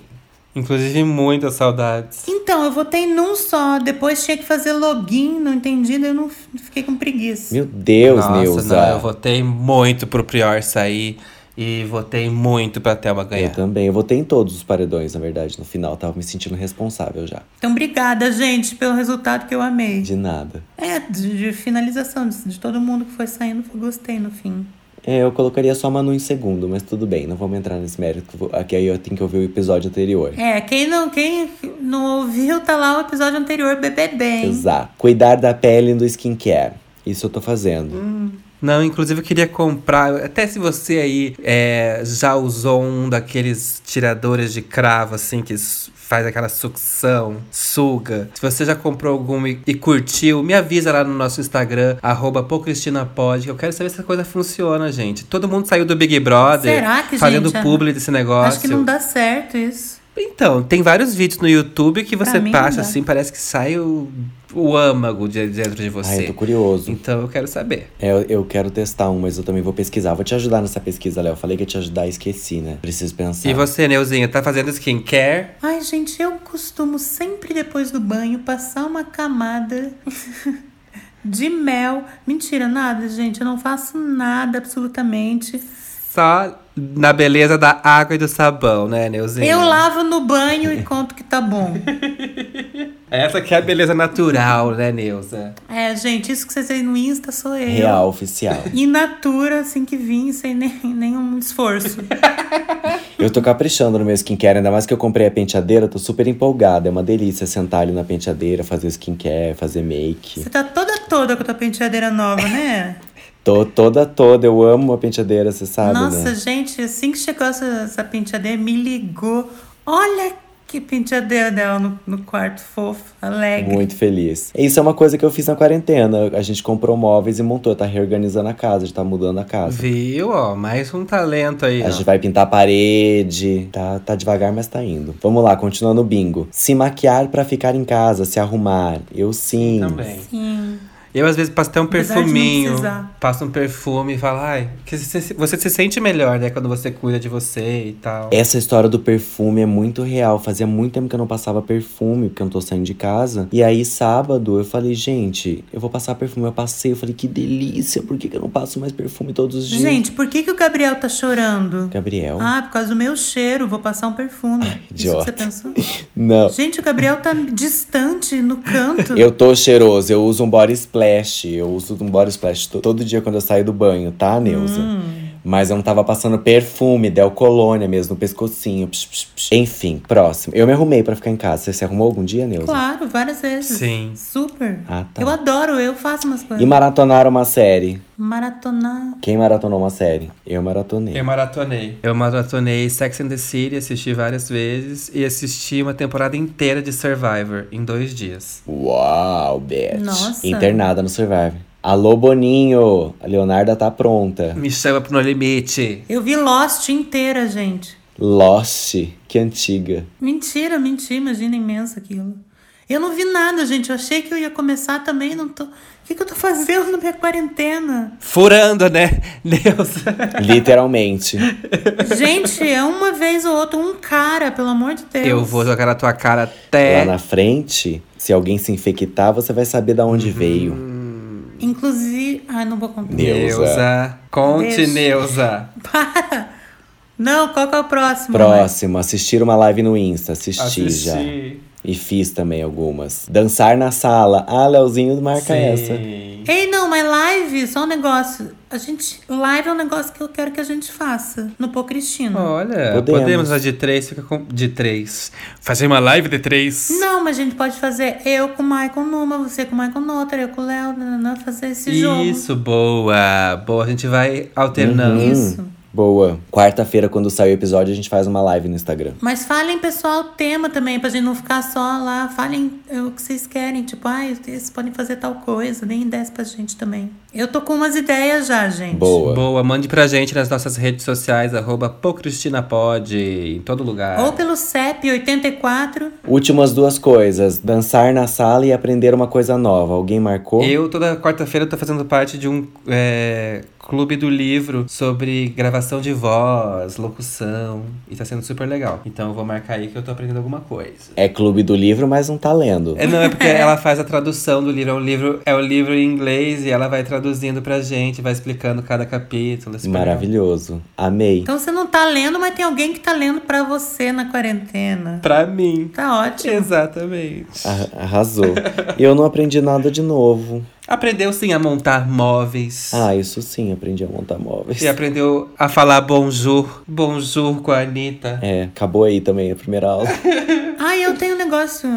Inclusive, muitas saudades. Então, eu votei num só, depois tinha que fazer login, não entendi, daí eu não fiquei com preguiça. Meu Deus, Nossa, Neuza. não, eu votei muito pro Prior sair e votei muito pra Thelma Eu ganhar. também. Eu votei em todos os paredões, na verdade. No final, eu tava me sentindo responsável já. Então, obrigada, gente, pelo resultado que eu amei. De nada. É, de, de finalização, de, de todo mundo que foi saindo, eu gostei no fim. É, eu colocaria só a Manu em segundo, mas tudo bem, não vamos entrar nesse mérito. que eu vou- Aqui aí eu tenho que ouvir o episódio anterior. É, quem não, quem não ouviu, tá lá o episódio anterior, BBB, hein? Exato. Cuidar da pele e do skincare. Isso eu tô fazendo. Hum. Não, inclusive eu queria comprar. Até se você aí é, já usou um daqueles tiradores de cravo, assim, que s- faz aquela sucção, suga. Se você já comprou algum e, e curtiu, me avisa lá no nosso Instagram, arroba Pocristinapod, que eu quero saber se essa coisa funciona, gente. Todo mundo saiu do Big Brother Será que, fazendo gente, publi desse negócio. Acho que não dá certo isso. Então, tem vários vídeos no YouTube que você Pra mim, passa não dá. assim, parece que sai o, o âmago de, dentro de Ai, eu você. tô curioso. então eu quero saber. É, eu, eu quero testar um, mas eu também vou pesquisar. Vou te ajudar nessa pesquisa, Léo. Falei que ia te ajudar e esqueci, né? Preciso pensar. E você, Neuzinha, tá fazendo skincare? Ai, gente, eu costumo sempre depois do banho passar uma camada de mel. Mentira, nada, gente. Eu não faço nada absolutamente. Só na beleza da água e do sabão, né, Neuzinha? Eu lavo no banho e conto que tá bom. Essa que é a beleza natural, né, Neuza? É, gente, isso que vocês veem no Insta sou eu. Real, oficial. In natura, assim que vim, sem nem, nenhum esforço. eu tô caprichando no meu skincare, ainda mais que eu comprei a penteadeira, tô super empolgada. É uma delícia sentar ali na penteadeira, fazer skincare, fazer make. Você tá toda toda com a tua penteadeira nova, né? Tô toda, toda. Eu amo uma penteadeira, você sabe, Nossa, né? gente, assim que chegou essa, essa penteadeira, me ligou. Olha Que penteadeira dela no, no quarto fofo, alegre. Muito feliz. Isso é uma coisa que eu fiz na quarentena. A gente comprou móveis e montou, tá reorganizando a casa, já tá mudando a casa. Viu, ó? Mais um talento aí. A ó. gente vai pintar a parede. Tá, tá devagar, mas tá indo. Vamos lá, continuando o bingo. Se maquiar pra ficar em casa, se arrumar. Eu sim. Também. Sim. Eu, às vezes, passo até um Apesar de não perfuminho. precisar. Passo um perfume e falo, ai, que você, você se sente melhor, né? Quando você cuida de você e tal. Essa história do perfume é muito real. Fazia muito tempo que eu não passava perfume, porque eu não tô saindo de casa. E aí, sábado, eu falei, gente, eu vou passar perfume. Eu passei, eu falei, que delícia, por que, que eu não passo mais perfume todos os dias? Gente, por que, que o Gabriel tá chorando? Gabriel. Ah, por causa do meu cheiro, vou passar um perfume. Isso que Então. idiota. você pensou? Não. Gente, o Gabriel tá distante no canto. Eu tô cheiroso, eu uso um body splash. Eu uso um body splash to- todo dia quando eu saio do banho, tá, Neuza? Hum. Mas eu não tava passando perfume, Del Colônia mesmo, no pescocinho. psh, psh, psh. Enfim, próximo. Eu me arrumei pra ficar em casa. Você se arrumou algum dia, Neuza? Claro, várias vezes. Sim. Super. Ah, tá. Eu adoro, eu faço umas E coisas. maratonar uma série. Maratonar. Quem maratonou uma série? Eu maratonei. Eu maratonei. Eu maratonei Sex and the City, assisti várias vezes e assisti uma temporada inteira de Survivor em dois dias. Uau, Beth. Nossa. Internada no Survivor. Alô, Boninho! A Leonarda tá pronta. Me chama pro No Limite. Eu vi Lost inteira, gente. Lost, que antiga. Mentira, mentira, imagina imenso aquilo. Eu não vi nada, gente. Eu achei que eu ia começar também, não tô. O que, que eu tô fazendo na minha quarentena? Furando, né? Deus. Literalmente. Gente, é uma vez ou outra, um cara, pelo amor de Deus. Eu vou jogar na tua cara Lá até. na frente, se alguém se infectar, você vai saber de onde veio. Inclusive. Ai, não vou contar. Meu. Neuza. Neuza. Conte, Deixa. Neuza. Para! Não, qual que é o próximo? mãe? Próximo, assistir uma live no Insta. Assisti, já. Assisti. E fiz também algumas. Dançar na sala. Ah, Leozinho marca essa. Sim. Ei, não, mas live, só um negócio. A gente. Live é um negócio que eu quero que a gente faça. No Pô Cristina. Olha, Podemos. podemos, mas de três fica com. De três. Fazer uma live de três. Não, mas a gente pode fazer eu com o Michael numa, você com o Michael noutra, eu com o Léo, nananã, fazer esse jogo. Isso, boa. Boa, a gente vai alternando. Isso. Boa. Quarta-feira, quando sair o episódio, a gente faz uma live no Instagram. Mas falem, pessoal, o tema também, pra gente não ficar só lá. Falem é, o que vocês querem. Tipo, ai, vocês podem fazer tal coisa. Nem desce pra gente também. Eu tô com umas ideias já, gente. Boa. Boa, mande pra gente nas nossas redes sociais, arroba PoCristinaPod, em todo lugar. Ou pelo CEP 84. Últimas duas coisas: dançar na sala e aprender uma coisa nova. Alguém marcou? Eu, toda quarta-feira, tô fazendo parte de um é, clube do livro sobre gravação de voz, locução, e tá sendo super legal. Então eu vou marcar aí que eu tô aprendendo alguma coisa. É clube do livro, mas não tá lendo. É, não, é porque ela faz a tradução do livro. É um livro, é um livro em inglês e ela vai traduzindo pra gente, vai explicando cada capítulo. é super legal. Maravilhoso. Amei. Então você não tá lendo, mas tem alguém que tá lendo pra você na quarentena. Pra mim. Tá ótimo. Exatamente. Arra- Arrasou. Eu não aprendi nada de novo. Aprendeu sim a montar móveis. Ah, isso sim, aprendi a montar móveis. E aprendeu a falar bonjour. Bonjour com a Anitta. É, acabou aí também a primeira aula. Ai, eu tenho um negócio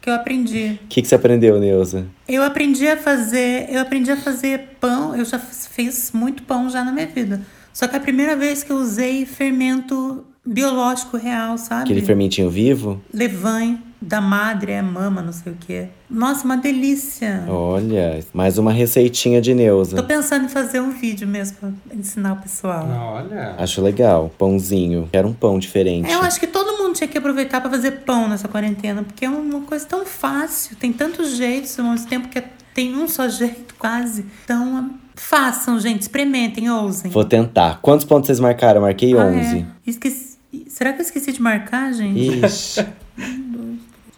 que eu aprendi. O que, que você aprendeu, Neuza? Eu aprendi a fazer, eu aprendi a fazer pão, eu já fiz- fiz muito pão já na minha vida. Só que é a primeira vez que eu usei fermento biológico real, sabe? Aquele fermentinho vivo? Levain da madre, é mama, não sei o quê. Nossa, uma delícia. Olha, mais uma receitinha de Tô Neuza. pensando em fazer um vídeo mesmo pra ensinar o pessoal. É, Olha. Acho legal. Pãozinho. Quero um pão diferente. É, eu acho que todo mundo tinha que aproveitar pra fazer pão nessa quarentena, porque é uma coisa tão fácil, tem tantos jeitos, ao mesmo tempo que é- tem um só jeito quase. Então, façam, gente, experimentem, ousem. Vou tentar. Quantos pontos vocês marcaram? Marquei Ah, 11. é. Esqueci- Será que eu esqueci de marcar, gente? Ixi.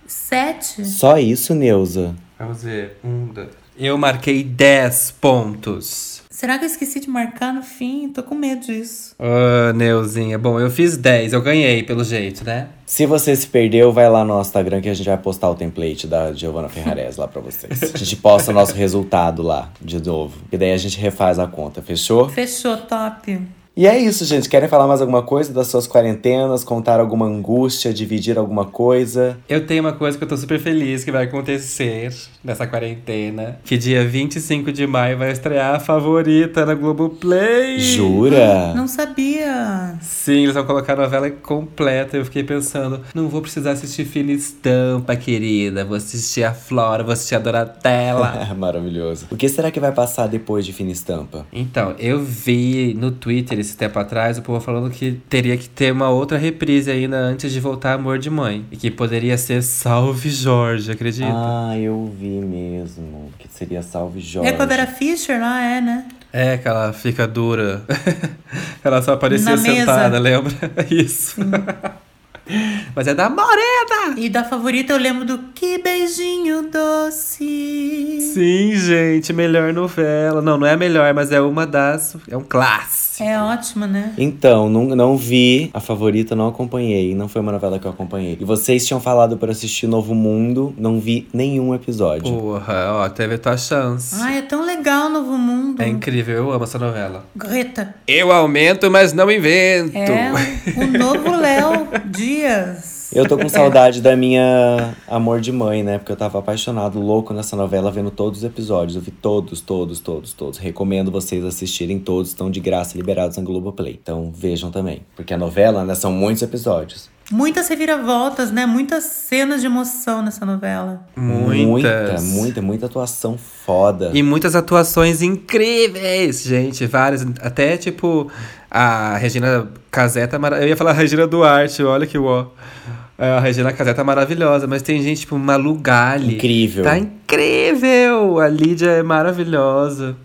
Sete? Só isso, Neuza? Vamos ver. Um, dois. Eu marquei 10 pontos. Será que eu esqueci de marcar no fim? Tô com medo disso. Ah, Neuzinha. Bom, eu fiz 10. Eu ganhei, pelo jeito, né? Se você se perdeu, vai lá no nosso Instagram que a gente vai postar o template da Giovanna Ferrares lá pra vocês. A gente posta o nosso resultado lá, de novo. E daí a gente refaz a conta, fechou? Fechou, top. E é isso, gente. Querem falar mais alguma coisa das suas quarentenas? Contar alguma angústia? Dividir alguma coisa? Eu tenho uma coisa que eu tô super feliz que vai acontecer nessa quarentena. Que dia 25 de maio vai estrear a favorita na Globoplay. Jura? Não sabia. Sim, eles vão colocar a novela completa. Eu fiquei pensando, não vou precisar assistir fina estampa, querida. Vou assistir a Flora, vou assistir a Donatella. É maravilhoso. O que será que vai passar depois de Fina Estampa? Então, eu vi no Twitter esse tempo atrás o povo falando que teria que ter uma outra reprise ainda antes de voltar Amor de Mãe. E que poderia ser Salve Jorge, acredita? Ah, eu vi mesmo. Que seria Salve Jorge. É com a Vera Fischer, não é, né? É, que ela fica dura. ela só aparecia Na mesa. sentada, lembra? Isso. Mas é da Morena! E da favorita eu lembro do Que Beijinho Doce. Sim, gente, melhor novela. Não, não é a melhor, mas é uma das. É um clássico. É ótimo, né? Então, não, não vi a favorita, não acompanhei. Não foi uma novela que eu acompanhei. E vocês tinham falado pra assistir Novo Mundo, não vi nenhum episódio. Porra, ó, teve tua chance. Ai, é tão legal o Novo Mundo. É incrível, eu amo essa novela. Greta. Eu aumento, mas não invento. É o, o novo Léo Dias. Eu tô com saudade da minha Amor de Mãe, né? Porque eu tava apaixonado, louco nessa novela, vendo todos os episódios. Eu vi todos, todos, todos, todos. Recomendo vocês assistirem todos, estão de graça liberados na Globoplay. Então vejam também. Porque a novela, né, são muitos episódios. Muitas reviravoltas, né? Muitas cenas de emoção nessa novela. Muitas. Muita, muita, muita atuação foda. E muitas atuações incríveis, gente. Várias. Até tipo a Regina Caseta. mara- Eu ia falar Regina Duarte, olha que ó. A Regina Caseta é maravilhosa, mas tem gente tipo Malu Gali. Incrível. Tá incrível! A Lídia é maravilhosa.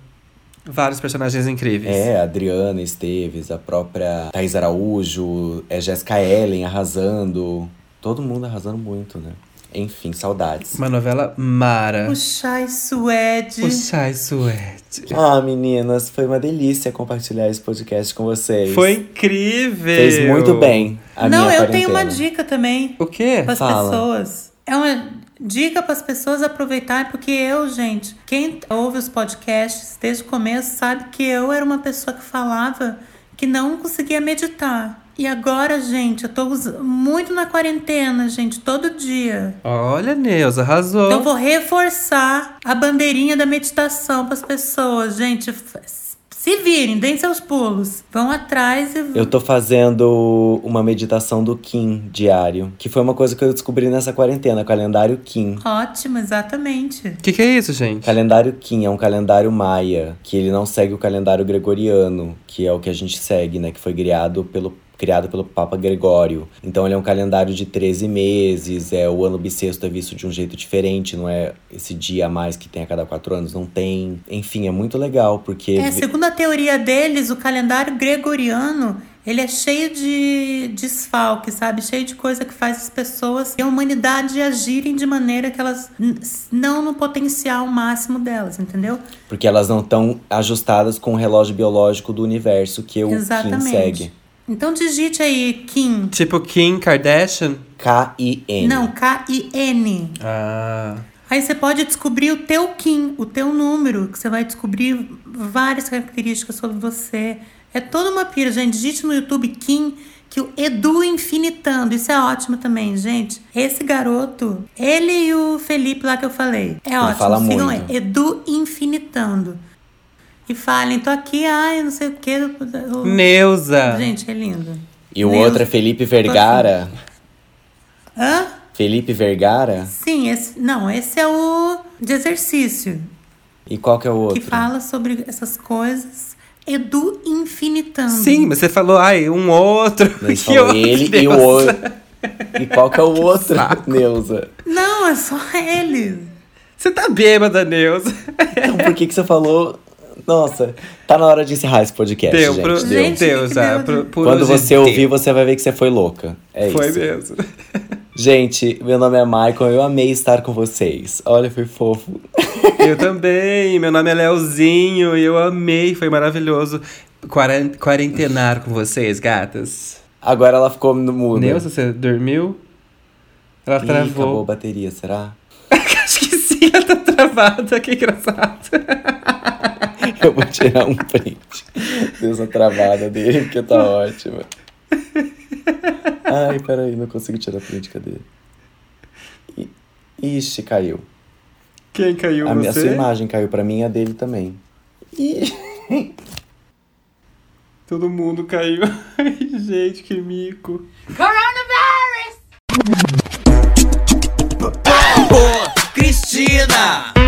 Vários personagens incríveis. É, a Adriana Esteves, a própria Thais Araújo, é Jéssica Ellen arrasando. Todo mundo arrasando muito, né? Enfim, saudades. Uma novela mara. O Chai Suede. É. O Chai Suede. Ah, meninas, foi uma delícia compartilhar esse podcast com vocês. Foi incrível! Fez muito bem a Não, minha eu tenho uma quarentena. dica também O quê? para as É, Fala. pessoas. É uma dica para as pessoas aproveitarem, porque eu, gente, quem ouve os podcasts desde o começo sabe que eu era uma pessoa que falava que não conseguia meditar. E agora, gente, eu tô us- muito na quarentena, gente, todo dia. Olha, Neuza, arrasou. Então, eu vou reforçar a bandeirinha da meditação para as pessoas, gente. F- Se virem, deem seus pulos. Vão atrás e. Eu tô fazendo uma meditação do Kim diário, que foi uma coisa que eu descobri nessa quarentena, calendário Kim. Ótimo, exatamente. O que, que é isso, gente? Calendário Kim é um calendário maia, que ele não segue o calendário gregoriano, que é o que a gente segue, né? Que foi criado pelo, criado pelo Papa Gregório. Então ele é um calendário de 13 meses, é o ano bissexto é visto de um jeito diferente, não é esse dia a mais que tem a cada quatro anos, não tem. Enfim, é muito legal, porque. É, segundo a teoria deles, o calendário gregoriano ele é cheio de desfalque, sabe? Cheio de coisa que faz as pessoas e a humanidade agirem de maneira que elas n- s- não no potencial máximo delas, entendeu? Porque elas não estão ajustadas com o relógio biológico do universo que o Kim segue. Então digite aí Kim. Tipo Kim Kardashian? K-I-N. Não, K-I-N. Ah. Aí você pode descobrir o teu Kim, o teu número, que você vai descobrir várias características sobre você. É toda uma pira, gente. Digite no YouTube Kim, que o Edu Infinitando. Isso é ótimo também, gente. Esse garoto, ele e o Felipe lá que eu falei. É ótimo. fala Sigam muito. ele. Edu Infinitando. E falem, tô aqui, ai, não sei o quê. Eu- Neuza! Gente, é lindo. E o Meu- outro é Felipe Vergara. assim. Hã? Felipe Vergara? Sim, esse, não, esse é o de exercício. E qual que é o outro? que fala sobre essas coisas. Edu Infinitando. Sim, mas você falou, ai, um outro. Não, que falou outro, ele e o Neuza? outro. E qual que é o outro, Neuza? Não, é só ele. Você tá bêbada, Neuza. Então por que que você falou... Nossa, tá na hora de encerrar esse podcast, Deu, É, gente. pro, deu. Deus, Gente, que já. deu, Pro, né? por Quando hoje você deu. ouvir, você vai ver que você foi louca. É Foi isso. mesmo. Gente, meu nome é Michael, eu amei estar com vocês. Olha, foi fofo. Eu também. Meu nome é Leozinho e eu amei. Foi maravilhoso Quaren- quarentenar com vocês, gatas. Agora ela ficou no mudo. Neuza, você dormiu? Ela Ih, acabou a travou. bateria, será? Acho que sim, ela tá travada. Que engraçado. Eu vou tirar um print dessa travada dele, porque tá ótima. Ai, peraí, não consigo tirar print, cadê? I- Ixi, caiu. Quem caiu A minha sua você? imagem caiu pra mim e a dele também. Ih, Todo mundo caiu. Ai, gente, que mico. Coronavirus! Cristina!